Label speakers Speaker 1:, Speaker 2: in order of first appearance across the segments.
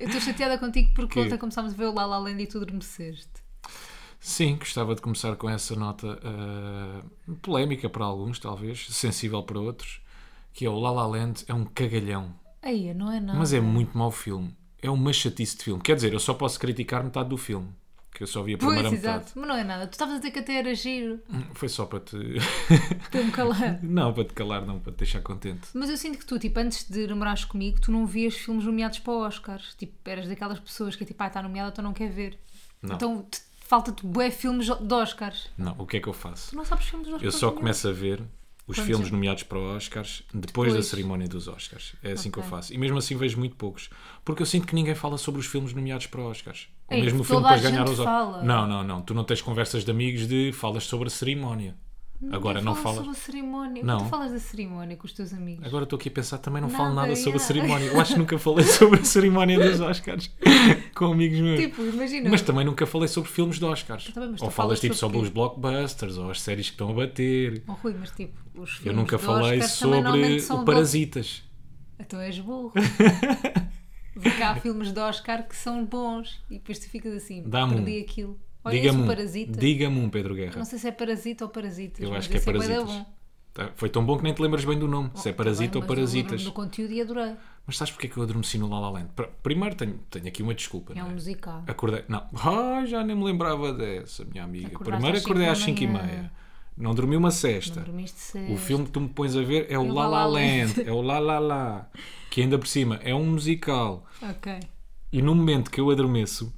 Speaker 1: Eu estou chateada contigo porque
Speaker 2: Que-
Speaker 1: ontem começámos a ver o La La Land e tu adormeceste.
Speaker 2: Sim, gostava de começar com essa nota ah, polémica para alguns, talvez, sensível para outros, que é o La La Land é um cagalhão,
Speaker 1: Aí, não é nada.
Speaker 2: mas é muito mau filme. É uma chatice de filme. Quer dizer, eu só posso criticar metade do filme, que eu só vi a
Speaker 1: Pois,
Speaker 2: primeira metade.
Speaker 1: exato. Mas não é nada. Tu estavas a dizer que até era giro.
Speaker 2: Foi só para te...
Speaker 1: Estou-me calado.
Speaker 2: não, para te calar, não, para te deixar contente.
Speaker 1: Mas eu sinto que tu, tipo, antes de namorares comigo, tu não vias filmes nomeados para Oscars. Tipo, eras daquelas pessoas que é tipo, ah, está nomeada, então não quer ver.
Speaker 2: Não.
Speaker 1: Então te- falta-te bué filmes de Oscars.
Speaker 2: Não, o que é que eu faço?
Speaker 1: Tu não sabes filmes de Oscars.
Speaker 2: Eu só
Speaker 1: nenhum.
Speaker 2: começo a ver os
Speaker 1: Quando
Speaker 2: filmes
Speaker 1: já-
Speaker 2: nomeados para Oscars depois, da
Speaker 1: Depois.
Speaker 2: cerimónia dos Oscars. É assim que eu
Speaker 1: Ok.
Speaker 2: faço. E mesmo assim vejo muito poucos. Porque eu sinto que ninguém fala sobre os filmes nomeados para Oscars. Ou
Speaker 1: Ei,
Speaker 2: mesmo o
Speaker 1: toda
Speaker 2: filme
Speaker 1: a
Speaker 2: depois ganhar
Speaker 1: gente
Speaker 2: os
Speaker 1: fala.
Speaker 2: Oscars. Não, não, não. Tu não tens conversas de amigos de falas sobre a cerimónia. Agora não
Speaker 1: Fala
Speaker 2: falas.
Speaker 1: sobre a cerimónia.
Speaker 2: Não.
Speaker 1: Tu falas da cerimónia com os teus amigos.
Speaker 2: Agora estou aqui a pensar, também não falo
Speaker 1: Nada,
Speaker 2: nada sobre
Speaker 1: yeah.
Speaker 2: a cerimónia. Eu acho que nunca falei sobre a cerimónia dos Oscars com amigos meus.
Speaker 1: Tipo, imagina.
Speaker 2: Mas também nunca falei sobre filmes de Oscars.
Speaker 1: Tá bem, mas tu
Speaker 2: ou falas
Speaker 1: falas
Speaker 2: tipo
Speaker 1: sobre
Speaker 2: sobre
Speaker 1: quê?
Speaker 2: os blockbusters ou as séries que estão a bater.
Speaker 1: Oh, Rui, mas tipo, os filmes
Speaker 2: Eu nunca
Speaker 1: de
Speaker 2: falei
Speaker 1: Oscars também
Speaker 2: sobre
Speaker 1: normalmente são
Speaker 2: o Parasitas.
Speaker 1: Então és burro. Porque há filmes de Oscar que são bons e depois tu ficas assim,
Speaker 2: Dá-me
Speaker 1: perdi
Speaker 2: um.
Speaker 1: aquilo. Olha esse
Speaker 2: Diga-me um,
Speaker 1: parasita.
Speaker 2: diga-me um, Pedro Guerra.
Speaker 1: Não sei se é parasita ou parasitas,
Speaker 2: Eu
Speaker 1: mas
Speaker 2: acho que é
Speaker 1: esse bué da
Speaker 2: Parasitas.
Speaker 1: bom.
Speaker 2: Tá, Foi tão bom que nem te lembras bem do nome, se é
Speaker 1: Tá
Speaker 2: Parasita
Speaker 1: bem,
Speaker 2: ou
Speaker 1: mas eu
Speaker 2: Parasitas.
Speaker 1: lembro-me do conteúdo e adorei.
Speaker 2: Mas sabes porque é que eu adormeci no La La Land? Pr- Primeiro tenho, tenho aqui uma desculpa,
Speaker 1: É
Speaker 2: não
Speaker 1: um
Speaker 2: é?
Speaker 1: musical.
Speaker 2: Acordei, não, Ah, já nem me lembrava dessa, minha amiga.
Speaker 1: Acordaste
Speaker 2: Primeiro
Speaker 1: às cinco
Speaker 2: acordei
Speaker 1: da
Speaker 2: às 5 e
Speaker 1: manhã.
Speaker 2: meia, não dormi uma
Speaker 1: Não
Speaker 2: cesta.
Speaker 1: dormiste certo.
Speaker 2: O filme que tu me pões a ver é o
Speaker 1: o La
Speaker 2: La La
Speaker 1: La
Speaker 2: Land, é o La La La, que ainda por cima é um musical.
Speaker 1: Ok.
Speaker 2: E no momento que eu adormeço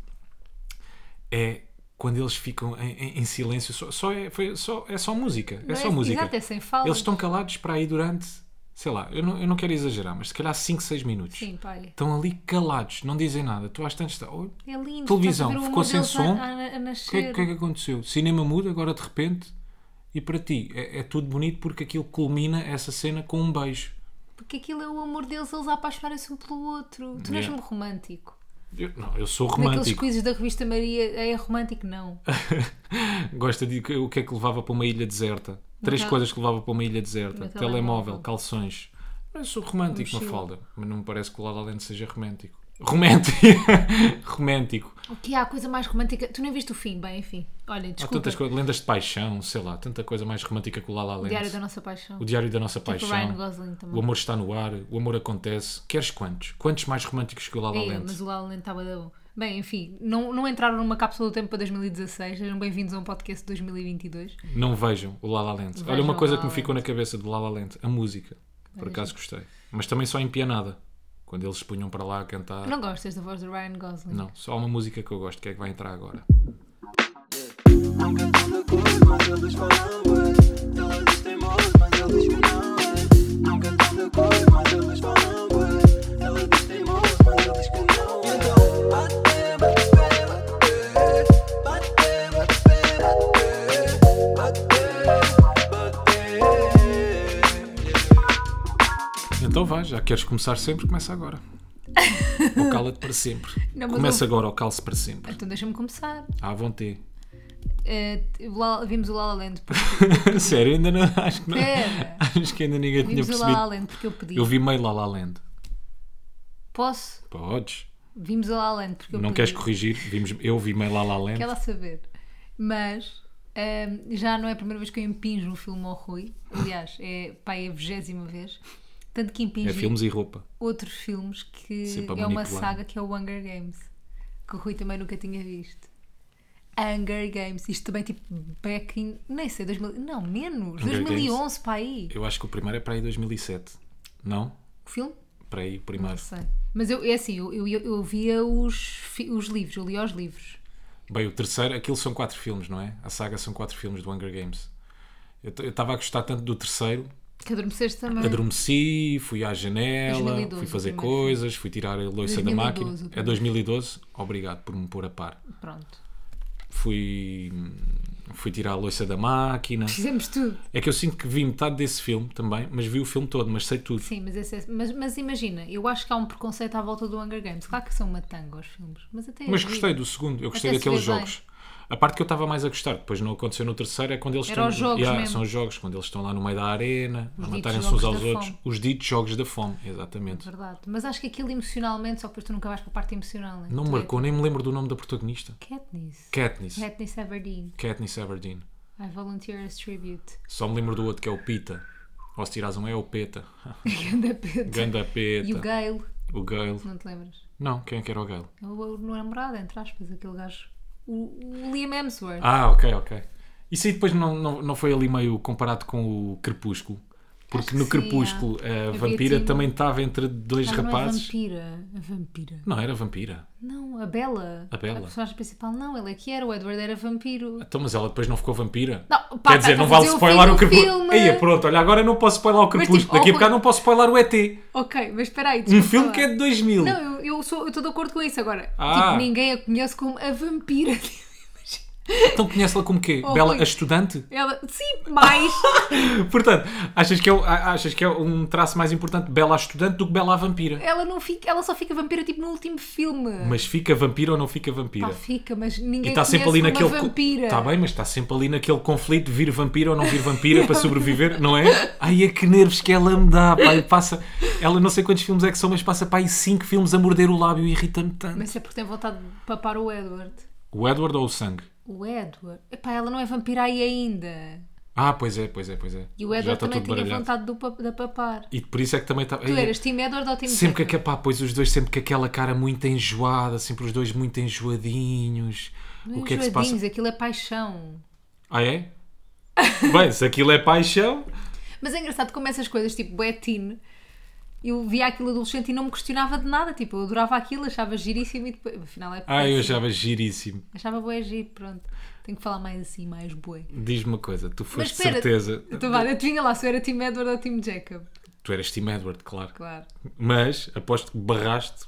Speaker 2: é quando eles ficam em, em- em silêncio. Só, só é, foi- só- é só música. É
Speaker 1: Não
Speaker 2: só música.
Speaker 1: Exato, é sem fala.
Speaker 2: Eles estão calados para aí durante, sei lá, eu não, eu não quero exagerar, mas se calhar 5, 6 minutos.
Speaker 1: Sim, pai.
Speaker 2: Estão ali calados, não dizem nada. Tu às tantas. Está... "Oi,
Speaker 1: É lindo.
Speaker 2: Televisão,
Speaker 1: estás a ver o
Speaker 2: ficou
Speaker 1: amor
Speaker 2: sem
Speaker 1: deles
Speaker 2: som.
Speaker 1: A, a, a
Speaker 2: O que, é,
Speaker 1: nascer.
Speaker 2: o que é que aconteceu? Cinema muda agora de repente e para ti é, é tudo bonito porque aquilo culmina essa cena com um beijo.
Speaker 1: Porque aquilo é o amor deles, eles a apaixonarem-se um pelo outro. Tu não és
Speaker 2: Yeah.
Speaker 1: um romântico.
Speaker 2: Eu, não, eu sou
Speaker 1: Naqueles
Speaker 2: romântico.
Speaker 1: quizzes da revista Maria é romântico, não.
Speaker 2: Gosta de o que é que levava para uma ilha deserta. Três
Speaker 1: cal-
Speaker 2: coisas que levava para uma ilha deserta:
Speaker 1: No
Speaker 2: telemóvel,
Speaker 1: Uhum. telemóvel. Um
Speaker 2: calções. Não, eu sou romântico,
Speaker 1: Mochila.
Speaker 2: Mafalda, mas não me parece que o Lala Land seja romântico. Romântico! romântico.
Speaker 1: O que há a coisa mais romântica? Tu nem viste o fim, bem, enfim. Olha,
Speaker 2: Há
Speaker 1: desculpa.
Speaker 2: tantas coisas, lendas de paixão, sei lá, tanta coisa mais romântica que o La La Land.
Speaker 1: Diário da Nossa Paixão.
Speaker 2: O Diário da Nossa
Speaker 1: Tipo Ryan
Speaker 2: Paixão.
Speaker 1: Gosling
Speaker 2: O
Speaker 1: também.
Speaker 2: amor está no ar, o amor acontece. Queres quantos? Quantos mais românticos que o La La
Speaker 1: É,
Speaker 2: Land?
Speaker 1: mas o La La Land estava da bom. Bem, enfim, não, não entraram numa cápsula do tempo para 2016. Sejam bem-vindos a um podcast de 2022.
Speaker 2: Não vejam o La La Land. Olha
Speaker 1: Vejam
Speaker 2: uma
Speaker 1: o
Speaker 2: coisa
Speaker 1: La
Speaker 2: que me
Speaker 1: La
Speaker 2: ficou na cabeça do La La Land, a música. Por acaso gostei. Mas também só em pianada. Quando eles se punham para lá a cantar.
Speaker 1: Não gostas da voz do Ryan Gosling?
Speaker 2: Não, só há uma música que eu gosto, que é que vai entrar agora.
Speaker 3: Nunca estão de acordo, mas eles falam bué. Elas dizem moço, mas eles que não é. Nunca estão de acordo, mas eles falam bué. Elas dizem moço, mas eles que não é. Então, bate, bate, bate, bate. Bate, bate, bate, bate. Yeah.
Speaker 2: Então vai, já queres começar sempre, começa agora. ou cala-te para sempre.
Speaker 1: Não, mas
Speaker 2: começa agora ou cala-se para sempre.
Speaker 1: Então deixa-me começar.
Speaker 2: À vontade.
Speaker 1: Eh, o La- vimos o La La Land porque,
Speaker 2: Sério, ainda não. Acho que, não,
Speaker 1: Pera.
Speaker 2: acho que ainda ninguém tinha
Speaker 1: vimos o La La
Speaker 2: percebido.
Speaker 1: Land porque eu pedi.
Speaker 2: Eu vi meio La La Land.
Speaker 1: Posso?
Speaker 2: Podes.
Speaker 1: Vimos o La La Land porque eu
Speaker 2: não
Speaker 1: pedi.
Speaker 2: queres corrigir? Vimos, eu vi meio La La Land.
Speaker 1: Quer lá saber. Mas ehm, já não é a primeira vez que eu impinjo um filme ao Rui. Aliás, é, pá, é a vigésima vez. Tanto que impingi
Speaker 2: É filmes e roupa.
Speaker 1: outros filmes que
Speaker 2: Sempre a
Speaker 1: é uma
Speaker 2: manipular.
Speaker 1: saga que é o Hunger Games. Que o Rui também nunca tinha visto. Hunger Games. Isto também tipo back in... Nem sei, 2000... Não, menos.
Speaker 2: Hunger
Speaker 1: 2011 para aí.
Speaker 2: Eu acho que o primeiro é para aí 2007. Não?
Speaker 1: O filme?
Speaker 2: Para aí o primeiro.
Speaker 1: Não sei. Mas eu, é assim, eu, eu, eu via os, fi- os livros, eu li os livros.
Speaker 2: Bem, o terceiro, aquilo são quatro filmes, não é? A saga são quatro filmes do Hunger Games. Eu t- eu estava a gostar tanto do terceiro
Speaker 1: Que adormeceste também.
Speaker 2: Adormeci, fui à janela,
Speaker 1: 2012,
Speaker 2: fui fazer
Speaker 1: o primeiro
Speaker 2: coisas, fui tirar a louça da
Speaker 1: 2012,
Speaker 2: máquina.
Speaker 1: o primeiro.
Speaker 2: É 2012, obrigado por me pôr a par.
Speaker 1: Pronto.
Speaker 2: Fui, fui tirar a louça da máquina.
Speaker 1: Fizemos tudo.
Speaker 2: É que eu sinto que vi metade desse filme também, mas vi o filme todo, mas sei tudo.
Speaker 1: Sim, mas, esse é- mas, mas imagina, eu acho que há um preconceito à volta do Hunger Games. Claro que são uma tanga os filmes, mas até é
Speaker 2: Mas
Speaker 1: giro.
Speaker 2: gostei do segundo, eu gostei
Speaker 1: Até se
Speaker 2: daqueles
Speaker 1: vê bem.
Speaker 2: jogos. A parte que eu estava mais a gostar, depois não aconteceu no terceiro, é quando eles
Speaker 1: Era
Speaker 2: estão.
Speaker 1: os jogos
Speaker 2: Yeah,
Speaker 1: mesmo.
Speaker 2: são os jogos, quando eles estão lá no meio da arena, a
Speaker 1: ditos
Speaker 2: matarem-se
Speaker 1: jogos
Speaker 2: uns aos
Speaker 1: da
Speaker 2: outros.
Speaker 1: fome.
Speaker 2: Os ditos jogos da fome, exatamente.
Speaker 1: é Verdade. Mas acho que aquilo emocionalmente, só que depois tu nunca vais para a parte emocional. Né?
Speaker 2: Não
Speaker 1: Tu
Speaker 2: me
Speaker 1: é
Speaker 2: marcou, nem me lembro do nome da protagonista.
Speaker 1: Katniss.
Speaker 2: Katniss.
Speaker 1: Katniss Everdeen.
Speaker 2: Katniss Everdeen.
Speaker 1: I volunteer as tribute.
Speaker 2: Só me lembro do outro que é o Pita. Ou se tirares um é o Peta.
Speaker 1: Ganda Pedro.
Speaker 2: Ganda
Speaker 1: E o
Speaker 2: Peta.
Speaker 1: Gale.
Speaker 2: O Gale.
Speaker 1: Não te lembras?
Speaker 2: Não, quem é que era o Gale?
Speaker 1: É o meu namorado, entre aspas, aquele gajo. O, o Liam Hemsworth.
Speaker 2: Ah, ok, ok. Isso aí depois não, não, não foi ali meio comparado com o Crepúsculo? Porque
Speaker 1: que
Speaker 2: no
Speaker 1: sim, é.
Speaker 2: Crepúsculo a
Speaker 1: Havia
Speaker 2: vampira
Speaker 1: time.
Speaker 2: também estava entre dois
Speaker 1: Ela
Speaker 2: rapazes.
Speaker 1: Não é vampira. A vampira.
Speaker 2: Não, era vampira.
Speaker 1: Não, a Bela.
Speaker 2: A Bella.
Speaker 1: personagem principal, não, ele é que era. O Edward era vampiro.
Speaker 2: Então, mas ela depois não ficou vampira?
Speaker 1: Não, pá,
Speaker 2: Quer dizer,
Speaker 1: tá-
Speaker 2: não
Speaker 1: tá a
Speaker 2: vale
Speaker 1: fazer o
Speaker 2: spoiler
Speaker 1: fim
Speaker 2: o
Speaker 1: do
Speaker 2: Crepúsculo.
Speaker 1: filme.
Speaker 2: Aí, pronto, olha, agora eu não posso spoiler o
Speaker 1: tipo,
Speaker 2: Crepúsculo. Daqui a
Speaker 1: oh,
Speaker 2: bocado não posso spoiler o ET.
Speaker 1: Ok, mas espera aí.
Speaker 2: Um
Speaker 1: desculpa
Speaker 2: filme
Speaker 1: lá.
Speaker 2: que é de 2000.
Speaker 1: Não, eu- eu sou- eu estou de acordo com isso agora.
Speaker 2: Ah.
Speaker 1: Tipo, ninguém a conhece como a vampira. Imagina.
Speaker 2: Então conhece-la como quê?
Speaker 1: Oh,
Speaker 2: Bela,
Speaker 1: Rui.
Speaker 2: a estudante?
Speaker 1: Ela, sim, mais.
Speaker 2: Portanto, achas que, é, o- a- achas que é um traço mais importante Bela a estudante do que Bela a vampira?
Speaker 1: ela, não fica, ela só fica vampira tipo no último filme.
Speaker 2: Mas fica vampira ou não fica vampira?
Speaker 1: Pá, fica, mas
Speaker 2: E
Speaker 1: ninguém
Speaker 2: está sempre ali naquele.
Speaker 1: uma vampira.
Speaker 2: Está bem, mas está sempre ali naquele conflito de vir vampira ou não vir vampira para sobreviver, não é? Ai, é que nervos que ela me dá, pá. e Passa. Ela não sei quantos filmes é que são, mas passa para aí 5 filmes a morder o lábio e irrita-me tanto.
Speaker 1: Mas é porque tem vontade de papar o Edward.
Speaker 2: O Edward ou o Sangue?
Speaker 1: O Edward. Epá, ela não é vampira aí ainda.
Speaker 2: Ah, pois é, pois é, pois é.
Speaker 1: E o Edward também tinha vontade do, pa- da papar.
Speaker 2: E por isso é que também está.
Speaker 1: Tu eras time Edward ou time
Speaker 2: Sempre que
Speaker 1: Jacob?
Speaker 2: a pá, pois os dois sempre com aquela cara muito enjoada, sempre os dois muito enjoadinhos.
Speaker 1: Não
Speaker 2: o que é que se
Speaker 1: enjoadinhos,
Speaker 2: passa?
Speaker 1: Aquilo é paixão.
Speaker 2: Ah, é? Bem, se aquilo é paixão.
Speaker 1: Mas é engraçado como essas coisas, tipo, bué teen, eu via aquilo adolescente e não me questionava de nada. Tipo, eu adorava aquilo, achava giríssimo e depois, afinal é
Speaker 2: Ah, eu
Speaker 1: péssimo.
Speaker 2: achava giríssimo.
Speaker 1: Achava bué giro, pronto. Tenho que falar mais assim, mais bué.
Speaker 2: Diz-me uma coisa, tu
Speaker 1: Mas
Speaker 2: foste de
Speaker 1: espera,
Speaker 2: certeza.
Speaker 1: Então vá, adivinha lá se eu era time Edward ou time Jacob.
Speaker 2: Tu eras Tim Edward, claro.
Speaker 1: Claro.
Speaker 2: Mas aposto que barraste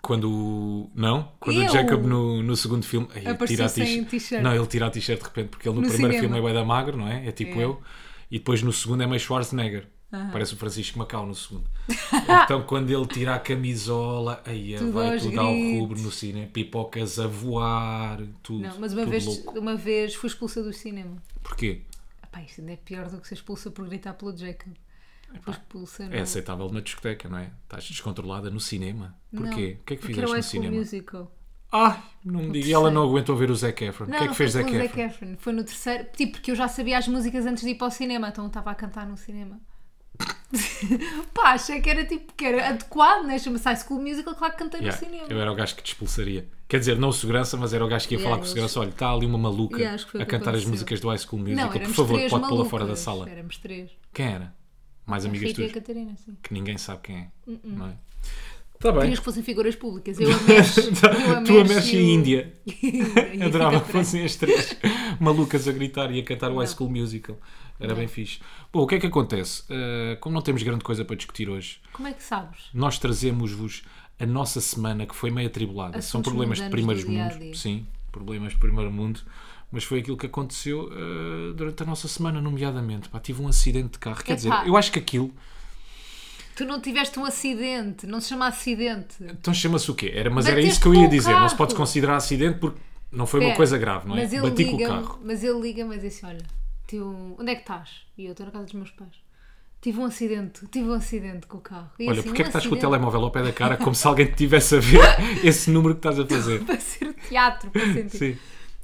Speaker 2: quando. o- Não? Quando
Speaker 1: Eu?
Speaker 2: o Jacob no, no segundo filme. Ei,
Speaker 1: Apareceu
Speaker 2: tira a
Speaker 1: sem
Speaker 2: t-shirt.
Speaker 1: t-shirt.
Speaker 2: Não, ele tira a t-shirt de repente, porque ele no,
Speaker 1: No
Speaker 2: primeiro
Speaker 1: cinema.
Speaker 2: filme é bem da magro, não é? É tipo
Speaker 1: É.
Speaker 2: eu. E depois no segundo é meio Schwarzenegger. Parece o Francisco Macau no segundo. então quando ele tira a camisola, aí é,
Speaker 1: Tudo
Speaker 2: vai
Speaker 1: aos
Speaker 2: tudo ao
Speaker 1: gritos.
Speaker 2: rubro no cinema, pipocas a voar, tudo.
Speaker 1: Não, mas uma
Speaker 2: tudo
Speaker 1: vez,
Speaker 2: louco.
Speaker 1: uma vez fui expulsa do cinema.
Speaker 2: Porquê?
Speaker 1: Epá, isto ainda é pior do que ser expulsa por gritar pelo Jacob. Fui expulsa no...
Speaker 2: É aceitável numa discoteca, não é? Estás descontrolada no cinema.
Speaker 1: Não,
Speaker 2: Porquê? O que é que
Speaker 1: porque
Speaker 2: fizeste
Speaker 1: era o
Speaker 2: no
Speaker 1: High School
Speaker 2: cinema?
Speaker 1: Musical.
Speaker 2: Ai, não me diga. E ela não aguentou ver o Zac Efron. O que
Speaker 1: Não,
Speaker 2: é que
Speaker 1: não
Speaker 2: fez
Speaker 1: foi
Speaker 2: Zac
Speaker 1: pelo
Speaker 2: Efron?
Speaker 1: Zac Efron. Foi no terceiro. Tipo, porque eu já sabia as músicas antes de ir para o cinema, então eu estava a cantar no cinema. Pá, achei que era tipo, que era adequado, né? Chama-se High School Musical, claro que cantei
Speaker 2: Yeah,
Speaker 1: no cinema.
Speaker 2: Eu era o gajo que te expulsaria. Quer dizer, não o segurança, mas era o gajo que ia
Speaker 1: Yeah,
Speaker 2: falar com o
Speaker 1: eles-
Speaker 2: segurança. Olha, está ali uma maluca
Speaker 1: Yeah, acho que foi o
Speaker 2: a
Speaker 1: que
Speaker 2: cantar as
Speaker 1: aconteceu.
Speaker 2: músicas do High School Musical.
Speaker 1: não, éramos
Speaker 2: Por favor,
Speaker 1: três
Speaker 2: pode pô-la
Speaker 1: malucas.
Speaker 2: fora da sala.
Speaker 1: Éramos três.
Speaker 2: Quem era? Mais
Speaker 1: A
Speaker 2: amigas
Speaker 1: Rita Uh-uh. e
Speaker 2: tuas,
Speaker 1: a Catarina, sim.
Speaker 2: que ninguém sabe quem é. Não é? Está bem.
Speaker 1: Querias que fossem figuras públicas. Eu a Mesh. eu a
Speaker 2: Tu a
Speaker 1: Mesh
Speaker 2: Mesh
Speaker 1: o-
Speaker 2: e Índia.
Speaker 1: e a
Speaker 2: Adorava
Speaker 1: Rita Pereira.
Speaker 2: que fossem as três malucas a gritar e a cantar o High School Musical. Era bem fixe. Bom, o que é que acontece? Uh, como não temos grande coisa para discutir hoje,
Speaker 1: Como é que sabes?
Speaker 2: nós trazemos-vos a nossa semana que foi meio atribulada. São
Speaker 1: Assuntos
Speaker 2: problemas de
Speaker 1: mundanos
Speaker 2: primeiros
Speaker 1: do dia a
Speaker 2: mundos.
Speaker 1: dia.
Speaker 2: Sim, problemas de primeiro mundo. Mas foi aquilo que aconteceu uh, durante a nossa semana, nomeadamente. Pá, tive um acidente de carro. Quer dizer,
Speaker 1: Epá.
Speaker 2: eu acho que aquilo.
Speaker 1: Tu não tiveste um acidente, não se chama acidente.
Speaker 2: Então chama-se o quê? Era, mas era
Speaker 1: Bateste
Speaker 2: isso que eu
Speaker 1: com
Speaker 2: ia
Speaker 1: o
Speaker 2: dizer. Não se pode
Speaker 1: carro.
Speaker 2: considerar acidente porque não foi uma
Speaker 1: Espera,
Speaker 2: coisa grave, não é?
Speaker 1: Mas ele
Speaker 2: Bati com o
Speaker 1: liga,
Speaker 2: carro.
Speaker 1: Mas ele liga, mas disse: assim, Olha, tive um- onde é que estás? E eu estou na casa dos meus pais. Tive um acidente, tive um acidente com o carro. E
Speaker 2: Olha,
Speaker 1: assim,
Speaker 2: porque
Speaker 1: um
Speaker 2: é que estás com o
Speaker 1: acidente
Speaker 2: telemóvel ao pé da cara como se alguém te tivesse a ver esse número que estás a fazer?
Speaker 1: Para ser teatro, para sentir.
Speaker 2: Sim.